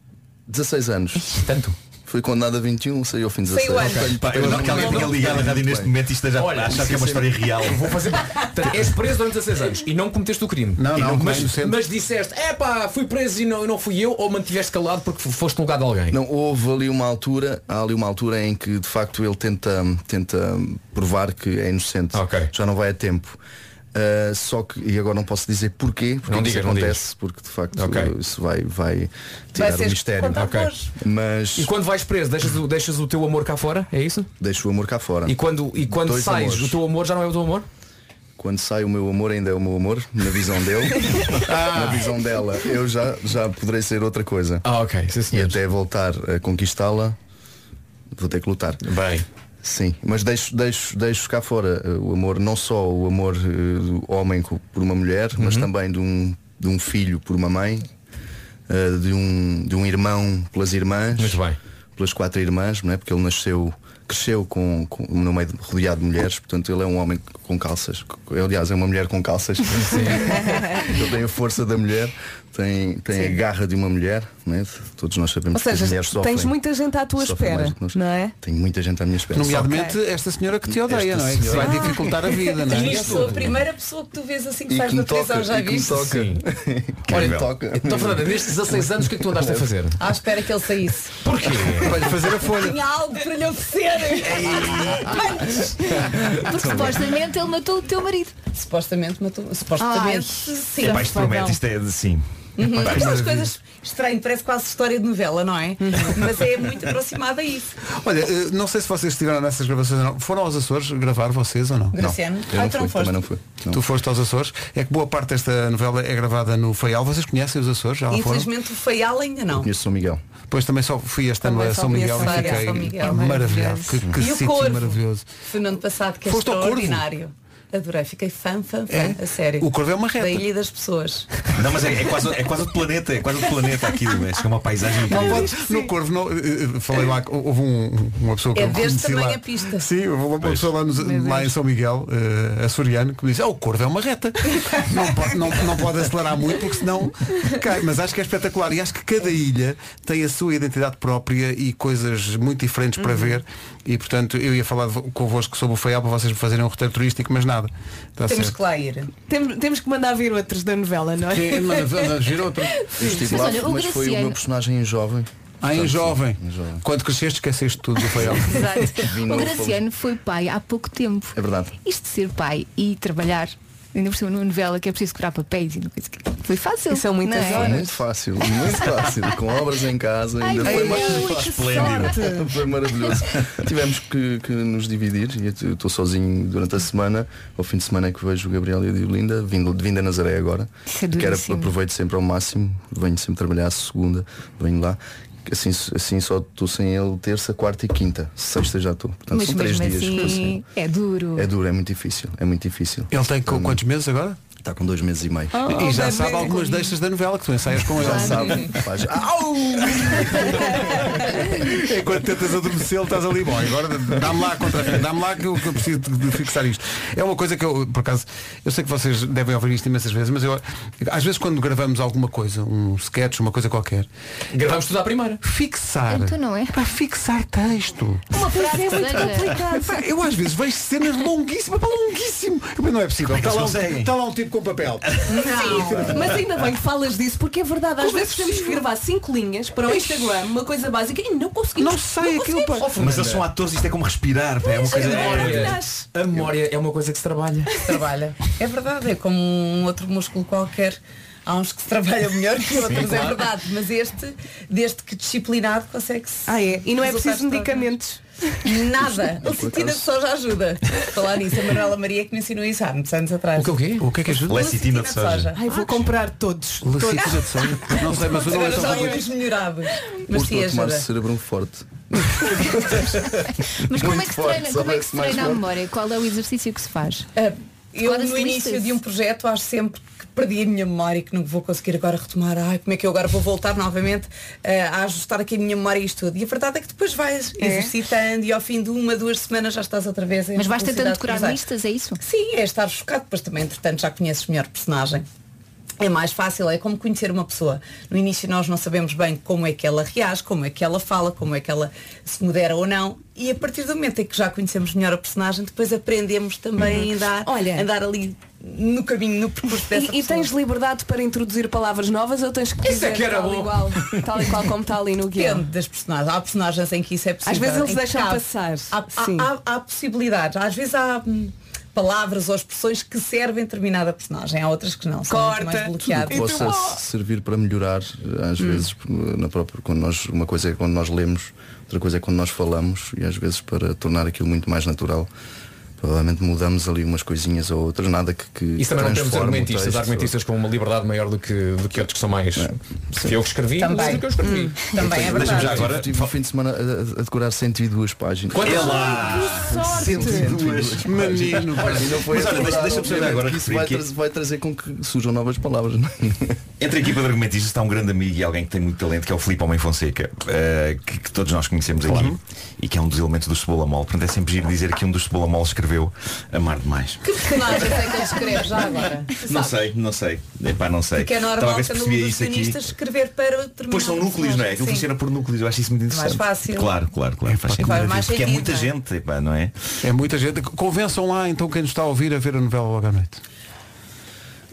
Speaker 13: 16 anos.
Speaker 6: Tanto.
Speaker 13: Fui condenado a 21, saí ao fim de 16.
Speaker 11: Saiu antes.
Speaker 13: Tenho-
Speaker 10: Pá, eu adoro que alguém tenha ligado a rádio neste momento e esteja a achar que é uma história real.
Speaker 6: Eu vou fazer. Portanto, és preso durante 16 anos e não cometeste o crime.
Speaker 2: Não,
Speaker 6: E
Speaker 2: não, bem
Speaker 6: mas,
Speaker 2: inocente.
Speaker 6: mas disseste, é pá, fui preso e não, não fui eu ou mantiveste calado porque f- foste no lugar de alguém.
Speaker 13: Não, houve ali uma altura, há ali uma altura em que de facto ele tenta, tenta provar que é inocente. Já não vai a tempo. Ah, só que, e agora não posso dizer porquê, porque
Speaker 6: Não
Speaker 13: isso
Speaker 6: digas, não
Speaker 13: acontece, porque de facto
Speaker 6: Ok.
Speaker 13: isso vai, vai tirar
Speaker 11: ser
Speaker 13: o mistério.
Speaker 11: contra Ok. nós.
Speaker 13: Mas
Speaker 6: E quando vais preso, deixas, o- deixas o teu amor cá fora? É isso?
Speaker 13: deixo o amor cá fora.
Speaker 6: E quando, e quando
Speaker 13: Dois
Speaker 6: sais,
Speaker 13: amores.
Speaker 6: o teu amor já não é o teu amor?
Speaker 13: Quando sai o meu amor ainda é o meu amor, na visão dele. Na visão dela, eu já, já poderei ser outra coisa.
Speaker 6: Ah, ok.
Speaker 13: e até voltar a conquistá-la, vou ter que lutar.
Speaker 6: Bem.
Speaker 13: Sim, mas deixo, deixo, deixo cá fora eh, o amor, não só o amor eh, do homem co- por uma mulher, mas
Speaker 6: Uhum.
Speaker 13: também de um, de um filho por uma mãe, eh, de, um, de um irmão pelas irmãs,
Speaker 6: Muito bem.
Speaker 13: pelas quatro irmãs, não é? porque ele nasceu, cresceu com, com, no meio de- rodeado de mulheres, portanto ele é um homem com calças, Co- aliás é uma mulher com calças. Ele tem a força da mulher, tem tem, tem a garra de uma mulher, não é? todos nós
Speaker 4: Ou
Speaker 13: sabemos que as
Speaker 4: seja,
Speaker 13: mulheres sofrem.
Speaker 4: tens muita gente à tua
Speaker 13: sofrem mais
Speaker 4: espera,
Speaker 13: do que nós.
Speaker 4: não é?
Speaker 13: Tenho muita gente à minha espera.
Speaker 2: Nomeadamente esta senhora que te odeia,
Speaker 13: Esta
Speaker 2: não é? Que se vai
Speaker 13: senhora.
Speaker 2: dificultar a vida, não é?
Speaker 11: Eu sou a primeira pessoa que tu vês assim que
Speaker 13: E
Speaker 11: sais
Speaker 13: que me
Speaker 11: da prisão,
Speaker 13: toca,
Speaker 11: já
Speaker 13: e que me
Speaker 11: viste?
Speaker 13: toca.
Speaker 6: Olha,
Speaker 13: Incrível.
Speaker 6: então Fernanda, nestes 16 anos o que é que tu andaste a fazer?
Speaker 11: À espera que ele saísse.
Speaker 6: Porquê? Vai fazer a folha.
Speaker 11: Tinha algo para lhe oferecer. Antes.
Speaker 5: Porque supostamente ele matou o teu marido.
Speaker 11: Supostamente matou. Supostamente
Speaker 5: Ai,
Speaker 11: sim.
Speaker 10: É pá, isto promete, isto é de sim.
Speaker 11: Uhum.
Speaker 10: Pá,
Speaker 11: Estas
Speaker 10: isto-
Speaker 11: coisas estranho, parece quase história de novela, não
Speaker 13: Uhum.
Speaker 11: é? Mas é muito aproximada a isso.
Speaker 2: Olha, eh, não sei se vocês estiveram nessas gravações ou não. Foram aos Açores gravar vocês ou não?
Speaker 11: Graciano?
Speaker 2: Não.
Speaker 11: Eu não Ah, então fui, foste. também não
Speaker 13: fui.
Speaker 2: Tu foste aos Açores. É que boa parte desta novela é gravada no Faial. Vocês conhecem os Açores? Já lá foram?
Speaker 11: Infelizmente o Feial ainda não.
Speaker 13: Conheço São Miguel.
Speaker 2: Pois também só fui este ano
Speaker 11: Também
Speaker 2: a
Speaker 11: só
Speaker 2: São
Speaker 11: conheço
Speaker 2: Miguel e
Speaker 11: várias, São
Speaker 2: fiquei
Speaker 11: Miguel,
Speaker 2: maravilhado.
Speaker 11: maravilhoso.
Speaker 2: Que, que
Speaker 11: E o
Speaker 2: sítio
Speaker 11: Corvo?
Speaker 2: maravilhoso.
Speaker 11: Foi no ano passado que é
Speaker 2: Foste ao Corvo?
Speaker 11: extraordinário. Adorei, fiquei fã, fã, fã,
Speaker 10: É?
Speaker 11: a sério.
Speaker 10: O Corvo é uma reta.
Speaker 11: Da Ilha das Pessoas.
Speaker 10: Não, mas é, é quase, é quase outro planeta, é quase outro planeta aquilo. Acho que é uma paisagem
Speaker 2: Não
Speaker 10: incrível.
Speaker 2: podes- no Corvo, não, eh, eh, falei lá, que houve um- uma pessoa que
Speaker 11: É
Speaker 2: eu
Speaker 11: deste
Speaker 2: conheci
Speaker 11: tamanho
Speaker 2: lá.
Speaker 11: a pista.
Speaker 2: Sim, houve uma pessoa lá, nos-
Speaker 11: Meu
Speaker 2: lá
Speaker 11: Deus.
Speaker 2: em São Miguel, eh, açoriano, que me disse, ah, o Corvo é uma reta. não, pode, não, não pode acelerar muito porque senão cai. Mas acho que é espetacular. E acho que cada ilha tem a sua identidade própria e coisas muito diferentes
Speaker 11: Uhum.
Speaker 2: para ver. E portanto eu ia falar vo- convosco sobre o Faial para vocês me fazerem um roteiro turístico, mas nada.
Speaker 13: Tá
Speaker 2: Está certo.
Speaker 11: lá ir.
Speaker 4: Temos, temos que mandar vir outros da novela, não é?
Speaker 2: Quem manda- manda vir outro?
Speaker 13: Eu estive lá, tipo mas foi o meu personagem em jovem.
Speaker 2: Ah, em
Speaker 13: Portanto,
Speaker 2: jovem.
Speaker 13: em jovem.
Speaker 2: Quando cresceste esqueceste tudo do Faial.
Speaker 13: Vim
Speaker 5: Exato. O
Speaker 13: novo.
Speaker 5: Graciano foi pai há pouco tempo.
Speaker 13: É verdade.
Speaker 5: Isto de ser pai e trabalhar, ainda por cima numa novela que é preciso curar papéis e não coisa que foi fácil.
Speaker 4: são muitas
Speaker 5: não é?
Speaker 13: Foi muito fácil, muito fácil. Com obras em casa, ainda
Speaker 5: Ai,
Speaker 13: foi
Speaker 5: meu,
Speaker 13: maravilhoso.
Speaker 5: que sorte.
Speaker 13: Foi maravilhoso. Tivemos que, que nos dividir e eu estou sozinho durante a semana. Ao fim de semana é que vejo o Gabriel e a Diolinda, vindo, de vindo a Nazaré agora.
Speaker 5: Isso é
Speaker 13: Quero
Speaker 5: duríssimo.
Speaker 13: aproveito sempre ao máximo. Venho sempre trabalhar à segunda, venho lá. Assim, assim só estou sem ele terça, quarta e quinta. Sexta já estou. Portanto,
Speaker 5: Mas
Speaker 13: são três
Speaker 5: mesmo
Speaker 13: dias.
Speaker 5: assim é duro.
Speaker 13: É duro, é muito difícil. É muito difícil.
Speaker 2: Ele tem com quantos meses agora?
Speaker 13: Está com dois meses e meio.
Speaker 2: E
Speaker 5: Oh,
Speaker 11: Oh,
Speaker 2: já sabe algumas deixas da novela que tu ensaias com Ah, ele.
Speaker 13: Já sabe. Faz, Au!
Speaker 2: Enquanto tentas adormecê-lo, estás ali, bom, agora dá-me lá a contra dá-me lá que eu, que eu preciso de, de fixar isto. É uma coisa que eu, por acaso, eu sei que vocês devem ouvir isto imensas vezes, mas eu, às vezes quando gravamos alguma coisa, um sketch, uma coisa qualquer,
Speaker 6: Gravamos tudo à primeira.
Speaker 2: fixar.
Speaker 5: Então não é?
Speaker 2: Para fixar texto.
Speaker 5: Uma frase
Speaker 4: é muito
Speaker 5: seja.
Speaker 4: complicado.
Speaker 2: Pá, Eu às vezes vejo cenas longuíssimas, pá, longuíssimo. Eu, mas não é possível.
Speaker 10: Como é que
Speaker 2: Está lá,
Speaker 10: eles
Speaker 2: um,
Speaker 10: conseguem?
Speaker 2: está lá um tipo com papel.
Speaker 4: Não. Mas ainda bem que falas disso, porque é verdade, às vezes temos que gravar cinco linhas para o Instagram, uma coisa básica, e não conseguimos.
Speaker 2: Não sai aquilo, pá.
Speaker 4: conseguimos.
Speaker 10: Mas eles são atores, isto é como respirar, pá, é uma
Speaker 4: Pois,
Speaker 10: coisa.
Speaker 4: é
Speaker 10: é-
Speaker 4: verdade.
Speaker 6: A memória é uma coisa que se trabalha.
Speaker 11: Trabalha. É verdade, é como um outro músculo qualquer. Há uns que se trabalham melhor que outros, é
Speaker 6: claro.
Speaker 11: verdade. Mas este, desde que disciplinado, consegue-se.
Speaker 4: Ah, é? E não é
Speaker 11: resultados
Speaker 4: preciso medicamentos.
Speaker 11: extraordinários. Nada. O sentido só já ajuda. Falar nisso, a Manuela Maria que me ensinou isso há muitos anos atrás.
Speaker 2: O que é o quê? O que é que ajuda?
Speaker 10: Lecitina de soja.
Speaker 4: Ai, vou comprar todos.
Speaker 2: Lecitina de sonho. Não sei, mas o nome é
Speaker 11: Agora
Speaker 2: só
Speaker 11: já
Speaker 2: para-
Speaker 11: há uns melhorados. Mas sim
Speaker 13: Curto a tomar
Speaker 11: ajuda.
Speaker 13: cerebrum forte.
Speaker 5: Mas como é
Speaker 13: Muito
Speaker 5: que se
Speaker 13: forte,
Speaker 5: treina,
Speaker 13: só
Speaker 5: como é que
Speaker 13: parece
Speaker 5: se
Speaker 13: mais
Speaker 5: treina a
Speaker 13: forte.
Speaker 5: memória? Qual é o exercício que se faz?
Speaker 11: Ah, Eu
Speaker 5: Recordas-te
Speaker 11: no
Speaker 5: disto?
Speaker 11: início de um projeto acho sempre que perdi a minha memória e que não vou conseguir agora retomar. Ai, como é que eu agora vou voltar novamente ah, a ajustar aqui a minha memória e isto tudo. E a verdade é que depois vais exercitando e ao fim de uma, duas semanas já estás outra vez em
Speaker 5: Mas vais tentando
Speaker 11: velocidade de
Speaker 5: decorar
Speaker 11: cruzar.
Speaker 5: listas, é isso?
Speaker 11: Sim, é estar chocado, pois também, entretanto, já conheces melhor o personagem. É mais fácil, é como conhecer uma pessoa. No início nós não sabemos bem como é que ela reage, como é que ela fala, como é que ela se modera ou não. E a partir do momento em que já conhecemos melhor a personagem, depois aprendemos também a andar,
Speaker 4: Uhum. Olha.
Speaker 11: andar ali no caminho, no percurso dessa
Speaker 4: E, e
Speaker 11: pessoa.
Speaker 4: tens liberdade para introduzir palavras novas ou tens que
Speaker 6: Isso é
Speaker 4: dizer
Speaker 6: que era
Speaker 4: tal,
Speaker 6: bom.
Speaker 4: e igual, tal e qual como está ali no
Speaker 11: Depende
Speaker 4: guião?
Speaker 11: das personagens. Há personagens em que isso é possível.
Speaker 4: vezes eles
Speaker 11: em que
Speaker 4: deixam
Speaker 11: cabe.
Speaker 4: passar.
Speaker 11: Há, há-
Speaker 4: Sim.
Speaker 11: há- há possibilidades. Às vezes há hum, palavras ou expressões que servem determinada personagem. Há outras que não. São muito
Speaker 4: Corta. Então,
Speaker 11: mais
Speaker 13: Tudo
Speaker 11: bloqueadas.
Speaker 13: que possa servir para melhorar, às
Speaker 5: Hum.
Speaker 13: vezes, na própria, quando nós, uma coisa é quando nós lemos, outra coisa é quando nós falamos e às vezes para tornar aquilo muito mais natural. Provavelmente mudamos ali umas coisinhas ou outras, nada que, que
Speaker 6: Isso é também não temos
Speaker 13: transforme o
Speaker 6: argumentistas,
Speaker 13: texto.
Speaker 6: argumentistas com uma liberdade maior do que, do que outros que são mais. Fui eu que escrevi,
Speaker 11: Também.
Speaker 6: mas do que eu escrevi.
Speaker 11: Também é
Speaker 10: Deixa-me já
Speaker 11: verdade.
Speaker 10: agora.
Speaker 13: Tive um fim de semana a, a decorar 102 páginas.
Speaker 6: Quantas-
Speaker 10: É lá!
Speaker 2: Menino, pá.
Speaker 13: Não foi
Speaker 10: Mas olha,
Speaker 13: essa palavra,
Speaker 10: deixa- deixa-me saber
Speaker 13: obviamente,
Speaker 10: agora
Speaker 13: que
Speaker 10: que
Speaker 13: Isso vai,
Speaker 10: que-
Speaker 13: trazer, vai trazer com que surjam novas palavras. não é?
Speaker 10: Entre a equipa de argumentistas está um grande amigo e alguém que tem muito talento, que é o Filipe Homem Fonseca, eh, que, que todos nós conhecemos aqui e que é um dos elementos do Cebola Mol. Portanto, é sempre giro dizer que um dos Cebola Mol escreveu escreveu Amar Demais.
Speaker 11: Que personagens é que ele escreve já agora? Tu
Speaker 10: Não
Speaker 11: sabes?
Speaker 10: sei, não sei. Epá, não sei.
Speaker 11: Porque é normal
Speaker 10: Talvez
Speaker 11: que no
Speaker 10: percebia
Speaker 11: dos
Speaker 10: isso aqui.
Speaker 11: pianistas escrever para determinados
Speaker 10: Pois são núcleos, não é?
Speaker 11: personagens. Sim.
Speaker 10: Aquilo
Speaker 11: é
Speaker 10: funciona por núcleos, eu acho isso muito
Speaker 11: Mais
Speaker 10: interessante.
Speaker 11: fácil.
Speaker 10: Claro, claro, claro. faz sentido.
Speaker 11: claro, mais
Speaker 10: Porque é
Speaker 11: sentido,
Speaker 10: muita
Speaker 11: não é?
Speaker 10: gente, epá, não é?
Speaker 2: É muita gente. Convençam lá então quem nos está a ouvir a ver a novela logo à noite.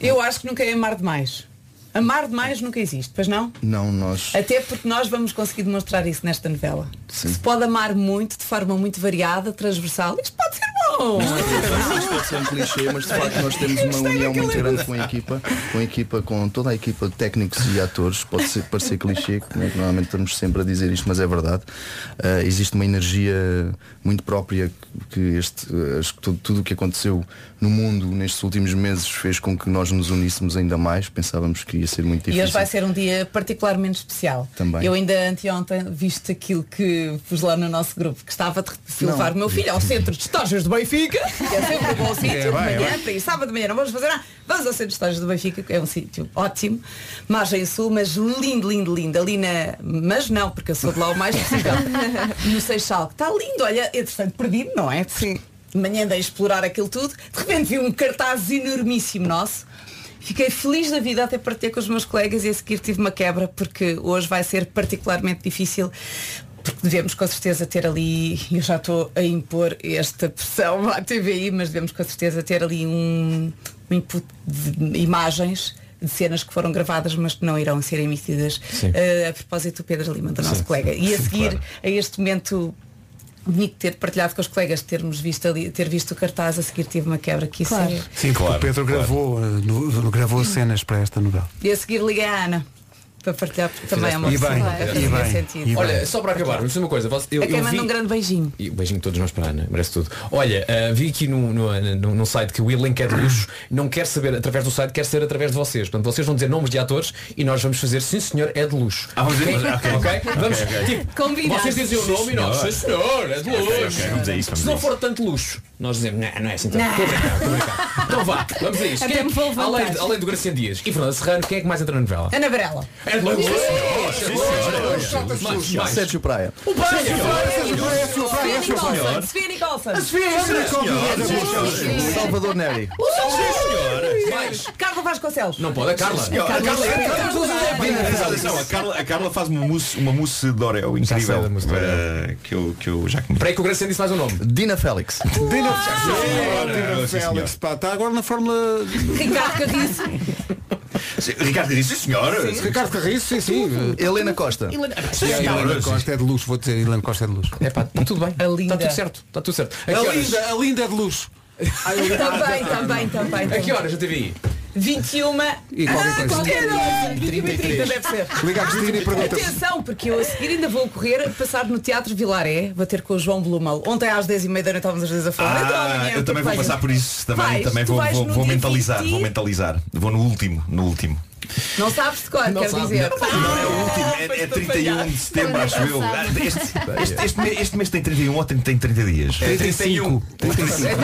Speaker 11: Eu acho que nunca é amar demais. Amar demais nunca existe, pois não?
Speaker 13: Não, nós.
Speaker 11: Até porque nós vamos conseguir demonstrar isso nesta novela.
Speaker 13: Sim.
Speaker 11: Se pode amar muito, de forma muito variada, transversal, isto pode ser bom.
Speaker 13: Não é verdade, isto pode ser um clichê, mas de facto nós temos uma união muito grande com a equipa, com a equipa, com toda a equipa de técnicos e atores, pode ser, parecer clichê, como é que normalmente estamos sempre a dizer isto, mas é verdade. Ah, existe uma energia muito própria que este, eh, acho que tudo, tudo o que aconteceu no mundo nestes últimos meses fez com que nós nos uníssemos ainda mais, pensávamos que ia ser muito
Speaker 11: E
Speaker 13: difícil.
Speaker 11: hoje vai ser um dia particularmente especial.
Speaker 13: Também.
Speaker 11: Eu ainda anteontem viste aquilo que pus lá no nosso grupo, que estava de
Speaker 13: Não.
Speaker 11: levar o meu filho ao centro de estágios de Benfica, que é sempre um bom sítio,
Speaker 13: É, vai,
Speaker 11: de manhã,
Speaker 13: vai.
Speaker 11: para ir sábado de manhã, não vamos fazer nada, vamos ao centro de estágios de Benfica, que é um sítio ótimo, margem sul, mas lindo, lindo, lindo, ali na... Mas não, porque eu sou de lá o mais possível, no Seixal, que está lindo, olha, entretanto perdido, não é? Sim. De manhã andei a explorar aquilo tudo, de repente vi um cartaz enormíssimo nosso, Fiquei feliz da vida até partilhar com os meus colegas e a seguir tive uma quebra porque hoje vai ser particularmente difícil porque devemos com certeza ter ali, eu já estou a impor esta pressão à TVI, mas devemos com certeza ter ali um, um input de imagens de cenas que foram gravadas mas que não irão ser emitidas
Speaker 14: Sim.
Speaker 11: Eh, a propósito do Pedro Lima, do nosso
Speaker 14: Sim.
Speaker 11: colega. E a
Speaker 14: Sim,
Speaker 11: seguir
Speaker 14: claro.
Speaker 11: a este momento bonito de ter partilhado com os colegas, termos visto ali, ter visto o cartaz, a seguir tive uma quebra que isso é-
Speaker 2: Sim, claro. O Pedro gravou, eh, no- gravou cenas para esta novela.
Speaker 11: E a seguir liguei à Ana para partilhar porque também é uma
Speaker 2: E bem,
Speaker 11: pessoa,
Speaker 2: e
Speaker 11: fazia
Speaker 2: bem,
Speaker 11: sentido.
Speaker 6: Olha, só para acabar, mas uma coisa, você- eu,
Speaker 11: a quem
Speaker 6: eu
Speaker 11: manda
Speaker 6: vi...
Speaker 11: um grande beijinho.
Speaker 6: E um beijinho de todos nós para a Ana, merece tudo. Olha, ah, vi aqui no, no, no- num site que o elenco é de luxo, não quer saber através do site, quer saber através de vocês. Portanto, vocês vão dizer nomes de atores e nós vamos fazer sim senhor é de luxo.
Speaker 10: Ah, vamos dizer-
Speaker 6: Ok?
Speaker 10: ok.
Speaker 6: Ok? Vamos,
Speaker 10: Ok, ok.
Speaker 6: tipo,
Speaker 10: Combinado.
Speaker 6: vocês dizem o
Speaker 10: Sim,
Speaker 6: nome e nós,
Speaker 10: senhor.
Speaker 6: sim senhor, é de
Speaker 10: Ok,
Speaker 6: luxo.
Speaker 10: ok, vamos a isso, vamos
Speaker 6: Se
Speaker 10: a
Speaker 6: não
Speaker 10: isso.
Speaker 6: for tanto luxo, nós dizemos, não, não é assim tanto.
Speaker 10: Não.
Speaker 6: Tô a brincar, tô a brincar. Então vá, vamos a isso.
Speaker 11: Até
Speaker 6: Quem é-
Speaker 11: me vou levantar.
Speaker 6: além, de- além do Graciano Dias e Fernando Serrano, quem é que mais entra na novela?
Speaker 11: Ana Varela.
Speaker 6: É de luxo.
Speaker 11: Sim,
Speaker 6: Sim, senhor. Mais, mais.
Speaker 13: Sérgio Praia.
Speaker 6: O
Speaker 11: Praia,
Speaker 6: Sérgio
Speaker 11: Praia,
Speaker 6: Praia,
Speaker 11: Praia,
Speaker 6: é sua praia, é sua
Speaker 11: Nicholson,
Speaker 6: praia.
Speaker 11: Sofia Nicholson.
Speaker 13: Salvador Neri.
Speaker 11: O Salvador.
Speaker 10: senhor.
Speaker 11: Mais. Carla Vasconcelos.
Speaker 10: Não pode, a Carla.
Speaker 11: Carla
Speaker 10: A Carla-
Speaker 11: Vasconcelos.
Speaker 10: a Carla- Atenção, a Carla- A Carla faz uma mousse, uma mousse de Oreo incrível eh, que, eu, que eu já comi.
Speaker 6: Peraí que o Graciano disse mais um nome.
Speaker 13: Dina Félix.
Speaker 2: Dina
Speaker 10: senhora.
Speaker 2: Dina
Speaker 10: Sim, senhora.
Speaker 2: Félix, pá, está agora na Fórmula.
Speaker 11: Ricardo Carriço.
Speaker 10: Ricardo disse, sim senhor.
Speaker 2: Ricardo Carriço, sim, sim.
Speaker 13: Helena Costa.
Speaker 6: Helena-
Speaker 2: Sim,
Speaker 6: Sim,
Speaker 2: Helena
Speaker 6: senhora.
Speaker 2: Costa é de luxo, vou dizer, Helena Costa é de luxo.
Speaker 6: É pá, está tudo bem. Está tudo certo. Está tudo certo.
Speaker 2: A
Speaker 6: que horas?
Speaker 2: linda, a linda é de luxo.
Speaker 11: Também, também, também.
Speaker 6: A que horas a TVI?
Speaker 11: 21
Speaker 2: E qualquer
Speaker 11: Ah,
Speaker 2: coisa.
Speaker 11: qualquer hora. 21 e 30
Speaker 2: 33.
Speaker 11: deve ser.
Speaker 2: Liga à Cristina e pergunta.
Speaker 11: Atenção, porque eu a seguir ainda vou correr a passar no Teatro Vilaré, vou ter com o João Blumel. Ontem às 10h30 da noite estávamos às vezes a falar. Então
Speaker 10: Ah,
Speaker 11: amanhã,
Speaker 10: eu também vou
Speaker 11: vais-
Speaker 10: passar por isso. Também,
Speaker 11: vais,
Speaker 10: também
Speaker 11: tu
Speaker 10: vou,
Speaker 11: vais
Speaker 10: vou,
Speaker 11: no
Speaker 10: vou
Speaker 11: dia
Speaker 10: mentalizar,
Speaker 11: 20.
Speaker 10: vou mentalizar. Vou no último, no último.
Speaker 11: Não sabes de cor, quer dizer. Ah!
Speaker 10: Não
Speaker 2: Ah,
Speaker 10: é o último, é, é 31 de setembro, acho eu. Ah, Este, este, este, mês, este mês tem 31 ou tem, é. tem um. 30 dias?
Speaker 2: É 35.
Speaker 10: 35.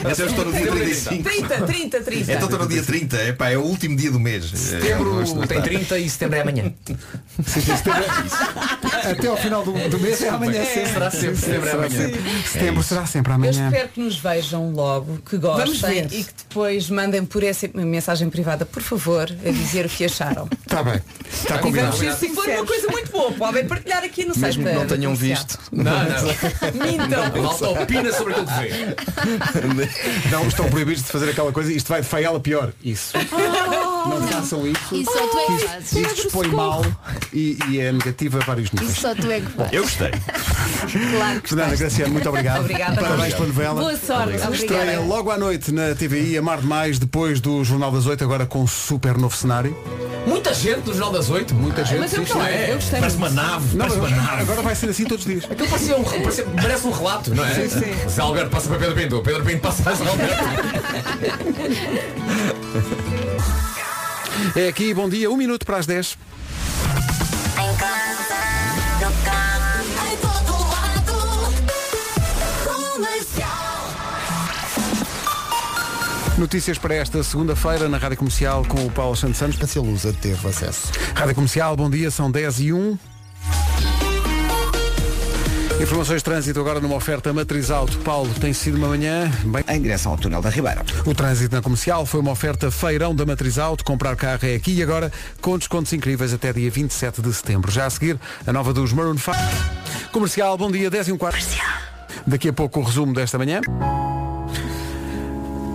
Speaker 10: Então eu estou no dia 35.
Speaker 11: 30, 30, 30.
Speaker 10: Então estou no dia 30, é pá, é o último dia do mês.
Speaker 2: É,
Speaker 6: Setembro tem 30 e setembro é amanhã.
Speaker 2: é Até ao final do, do mês é amanhã
Speaker 11: É,
Speaker 2: sempre.
Speaker 11: será
Speaker 6: sempre,
Speaker 2: Sim,
Speaker 6: sempre
Speaker 2: será
Speaker 6: amanhã.
Speaker 2: sempre.
Speaker 6: É
Speaker 2: Setembro
Speaker 6: isso.
Speaker 2: será sempre
Speaker 11: Eu
Speaker 2: amanhã.
Speaker 11: espero que nos vejam logo, que gostem
Speaker 2: Vamos ver.
Speaker 11: e que depois mandem por essa mensagem privada, por favor, a dizer o que acharam.
Speaker 2: Está Tá bem. Está
Speaker 5: é
Speaker 11: E
Speaker 2: combinado.
Speaker 11: vamos
Speaker 5: um
Speaker 11: ser Se for uma coisa muito boa, podem partilhar aqui no site.
Speaker 13: Mesmo que não
Speaker 11: da-
Speaker 13: tenham
Speaker 11: da comercial.
Speaker 13: visto.
Speaker 6: Não, não.
Speaker 11: Mintam.
Speaker 6: A malta opina sobre aquilo que vê.
Speaker 2: Não estão proibidos de fazer aquela coisa. Isto vai de faela pior. Isso. Não façam isso.
Speaker 5: Oh. Isso só tu é que
Speaker 2: Isto-
Speaker 5: fazes.
Speaker 2: Isto expõe mal e, e é negativo a vários níveis.
Speaker 5: Isso só tu é que fazes.
Speaker 10: gostei.
Speaker 5: Claro que
Speaker 2: Fernanda Graciano, muito obrigado.
Speaker 5: Obrigada.
Speaker 2: Parabéns pela novela.
Speaker 5: Boa sorte. Obrigada.
Speaker 2: Estreia logo à noite na TVI, Amar Demais, depois do Jornal das Oito, agora com um super novo cenário.
Speaker 6: Muita gente no Jornal das Oito.
Speaker 2: Muita gente.
Speaker 6: Mas eu
Speaker 2: sim,
Speaker 6: gostei,
Speaker 2: sim.
Speaker 6: eu gostei Parece muito. uma nave,
Speaker 2: Não,
Speaker 6: parece
Speaker 2: mas
Speaker 6: uma nave.
Speaker 2: Agora vai ser assim todos os dias.
Speaker 6: Aquilo parecia um, parecia- parece um relato, não é?
Speaker 2: Sim, sim.
Speaker 6: Se Alberto passa para Pedro Pinto, Pedro Pinto passa para Alberto.
Speaker 2: É aqui, bom dia, um minuto para as 10. Notícias para esta segunda-feira na Rádio Comercial com o Paulo Santos Santos.
Speaker 1: A Lusa teve acesso.
Speaker 2: um. Rádio Comercial, bom dia, são 10 e 1. Informações de trânsito agora numa oferta matriz alto. Paulo, tem sido uma manhã bem...
Speaker 3: Em direção ao túnel da Ribeira.
Speaker 2: O trânsito na comercial foi uma oferta feirão da matriz alto. Comprar carro é aqui e agora com descontos incríveis até dia 27 de setembro. Já a seguir, a nova dos Maroon 5. Comercial, bom dia, 10 e um quarto. Daqui a pouco o resumo desta manhã.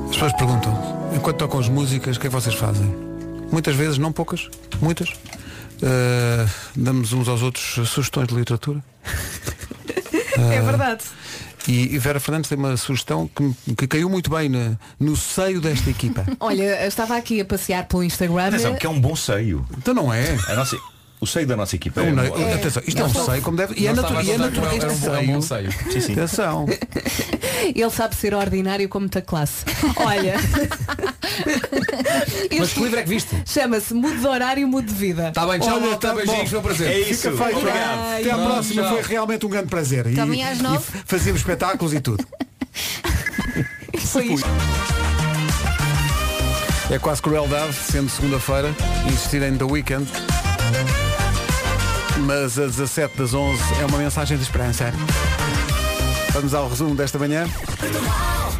Speaker 2: As pessoas perguntam, enquanto tocam as músicas, o que é que vocês fazem? Muitas vezes, não poucas, muitas. eh, damos uns aos outros sugestões de literatura.
Speaker 11: É
Speaker 4: É
Speaker 2: Ah,
Speaker 11: verdade.
Speaker 2: E, e Vera Fernandes tem uma sugestão que, me- que caiu muito bem na- no seio desta equipa.
Speaker 4: Olha, eu estava aqui a passear pelo Instagram.
Speaker 10: Atenção, que é um bom seio.
Speaker 2: Então não é.
Speaker 10: A nossa, o seio da nossa equipa
Speaker 2: Não,
Speaker 10: é,
Speaker 2: não,
Speaker 10: um bom-
Speaker 2: atenção, isto é um seio como deve. E é
Speaker 10: Não estava
Speaker 2: natu-
Speaker 10: a
Speaker 2: e é
Speaker 10: contar
Speaker 2: natural.
Speaker 10: com-
Speaker 2: Este
Speaker 10: era um bom- era um
Speaker 2: seio.
Speaker 10: bom seio. Sim, sim.
Speaker 2: Atenção.
Speaker 4: Ele sabe ser ordinário com muita classe. Olha.
Speaker 6: Mas que livro é que viste?
Speaker 4: Chama-se Mude de Horário, Mude de Vida.
Speaker 6: Está bem, tchau,
Speaker 2: Olha,
Speaker 6: malta.
Speaker 2: tá
Speaker 6: beijinhos,
Speaker 2: bom.
Speaker 4: um
Speaker 6: meu prazer.
Speaker 2: É isso. Fica feito.
Speaker 6: Obrigado.
Speaker 2: Até à
Speaker 6: Tchau,
Speaker 2: próxima.
Speaker 6: tchau.
Speaker 2: Foi realmente um grande prazer. E,
Speaker 5: Também às
Speaker 2: e
Speaker 5: nove.
Speaker 2: f- fazíamos espetáculos e tudo.
Speaker 4: Foi isto.
Speaker 2: É quase crueldade, sendo segunda-feira, insistir em The Weekend. Mas a 17 das 11 é uma mensagem de esperança. Vamos ao resumo desta manhã.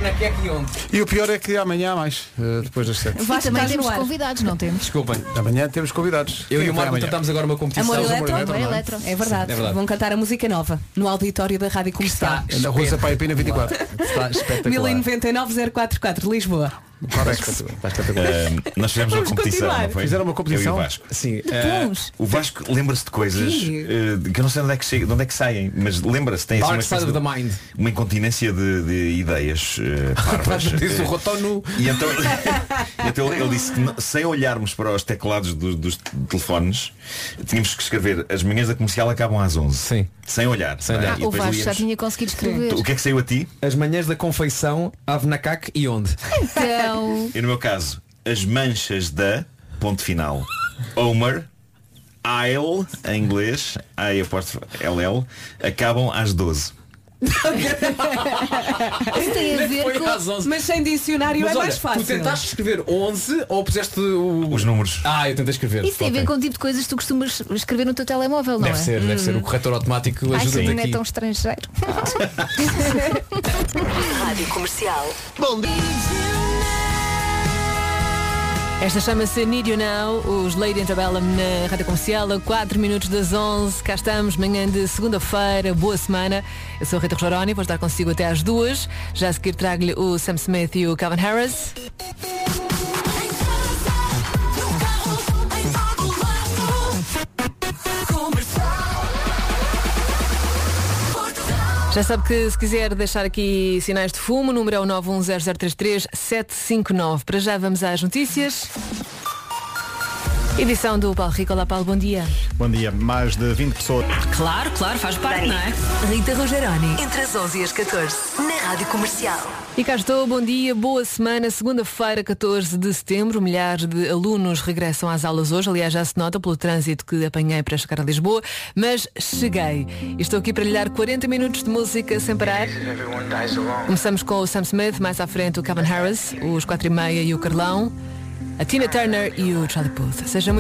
Speaker 6: Na que é que onde?
Speaker 2: E o pior é que amanhã há mais, eh, depois das 7.
Speaker 5: E também temos convidados, não temos?
Speaker 6: Desculpem.
Speaker 2: Amanhã temos convidados.
Speaker 6: Eu
Speaker 2: Quem
Speaker 6: e o
Speaker 2: vai
Speaker 6: Marco
Speaker 2: amanhã?
Speaker 6: tentámos agora uma competição.
Speaker 4: Amor Eletro?
Speaker 2: Amor Eletro, não é?
Speaker 4: É verdade.
Speaker 6: É verdade.
Speaker 4: Vão cantar a música nova no auditório da Rádio Comercial.
Speaker 2: É Na Rua Sampaio Pina 24.
Speaker 6: Está espetacular.
Speaker 4: 199044 Lisboa.
Speaker 10: Ahm, nós fizemos uma
Speaker 4: Vamos
Speaker 10: competição,
Speaker 4: continuar.
Speaker 10: não foi?
Speaker 2: Fizeram uma competição?
Speaker 10: Eu e o Vasco.
Speaker 6: Sim.
Speaker 10: ah,
Speaker 4: Puns.
Speaker 10: o Vasco lembra-se de coisas
Speaker 4: Que?
Speaker 10: ah, de que eu não sei de onde é que, chega, de onde é que saem, mas lembra-se, tem assim
Speaker 6: Dark
Speaker 10: uma, espécie
Speaker 6: side of
Speaker 10: de-
Speaker 6: the mind.
Speaker 10: uma incontinência de, de ideias ah, parvas.
Speaker 2: é.
Speaker 6: Diz o rotono.
Speaker 10: E então, então ele disse que não- sem olharmos para os teclados do- dos telefones, tínhamos que escrever as manhãs da comercial acabam às 11.
Speaker 6: Sim.
Speaker 10: Sem olhar.
Speaker 6: Sem
Speaker 10: não é?
Speaker 6: olhar.
Speaker 10: E
Speaker 5: Ah, o
Speaker 10: depois
Speaker 5: Vasco já
Speaker 10: líamos.
Speaker 5: tinha conseguido escrever.
Speaker 10: O que é que saiu a ti?
Speaker 6: As manhãs da Confeição, Ave na Cac e onde?
Speaker 5: Então,
Speaker 10: E no meu caso, as manchas da ponto final. Homer, Isle, em inglês, I apóstrofe LL, acabam às 12.
Speaker 5: isso tem a
Speaker 6: Foi
Speaker 5: ver
Speaker 6: às
Speaker 5: com.
Speaker 6: 11.
Speaker 4: Mas sem dicionário
Speaker 6: Mas
Speaker 4: é
Speaker 6: olha,
Speaker 4: mais fácil.
Speaker 6: Tu tentaste escrever 11 ou puseste o...
Speaker 10: Os números.
Speaker 6: Ah, eu tentei escrever.
Speaker 5: Isso tem a ver
Speaker 6: Ok.
Speaker 5: com o tipo de coisas que tu costumas escrever no teu telemóvel, não
Speaker 6: Deve
Speaker 5: é?
Speaker 6: ser, deve ser. O corretor automático
Speaker 5: Ai, que
Speaker 6: ajuda-te
Speaker 5: não é
Speaker 6: aqui.
Speaker 5: tão estrangeiro.
Speaker 14: Rádio Comercial.
Speaker 15: Esta chama-se Need You Now, os Lady Antebellum na Rádio Comercial, a 4 minutos das 11. Cá estamos, manhã de segunda-feira, boa semana. Eu sou a Rita Rogeroni, vou estar consigo até às 2. Já a seguir trago-lhe o Sam Smith e o Calvin Harris. Já sabe que se quiser deixar aqui sinais de fumo, o número é o 910033759. Para já vamos às notícias. Edição do Paulo Rico. Olá Paulo, bom dia.
Speaker 16: Bom dia, mais de 20 pessoas.
Speaker 15: Claro, claro, faz parte, não é? Rita Rogeroni. Entre as 11 e as 14, na Rádio Comercial. E cá estou, bom dia, boa semana, segunda-feira, 14 de setembro. Milhares de alunos regressam às aulas hoje. Aliás, já se nota pelo trânsito que apanhei para chegar a Lisboa, mas cheguei. E Estou aqui para lhe dar 40 minutos de música sem parar.
Speaker 7: É
Speaker 15: Começamos com o Sam Smith, mais à frente o Calvin Harris, os 4 e meia e o Carlão, a Tina Turner e o Charlie Puth. Seja muito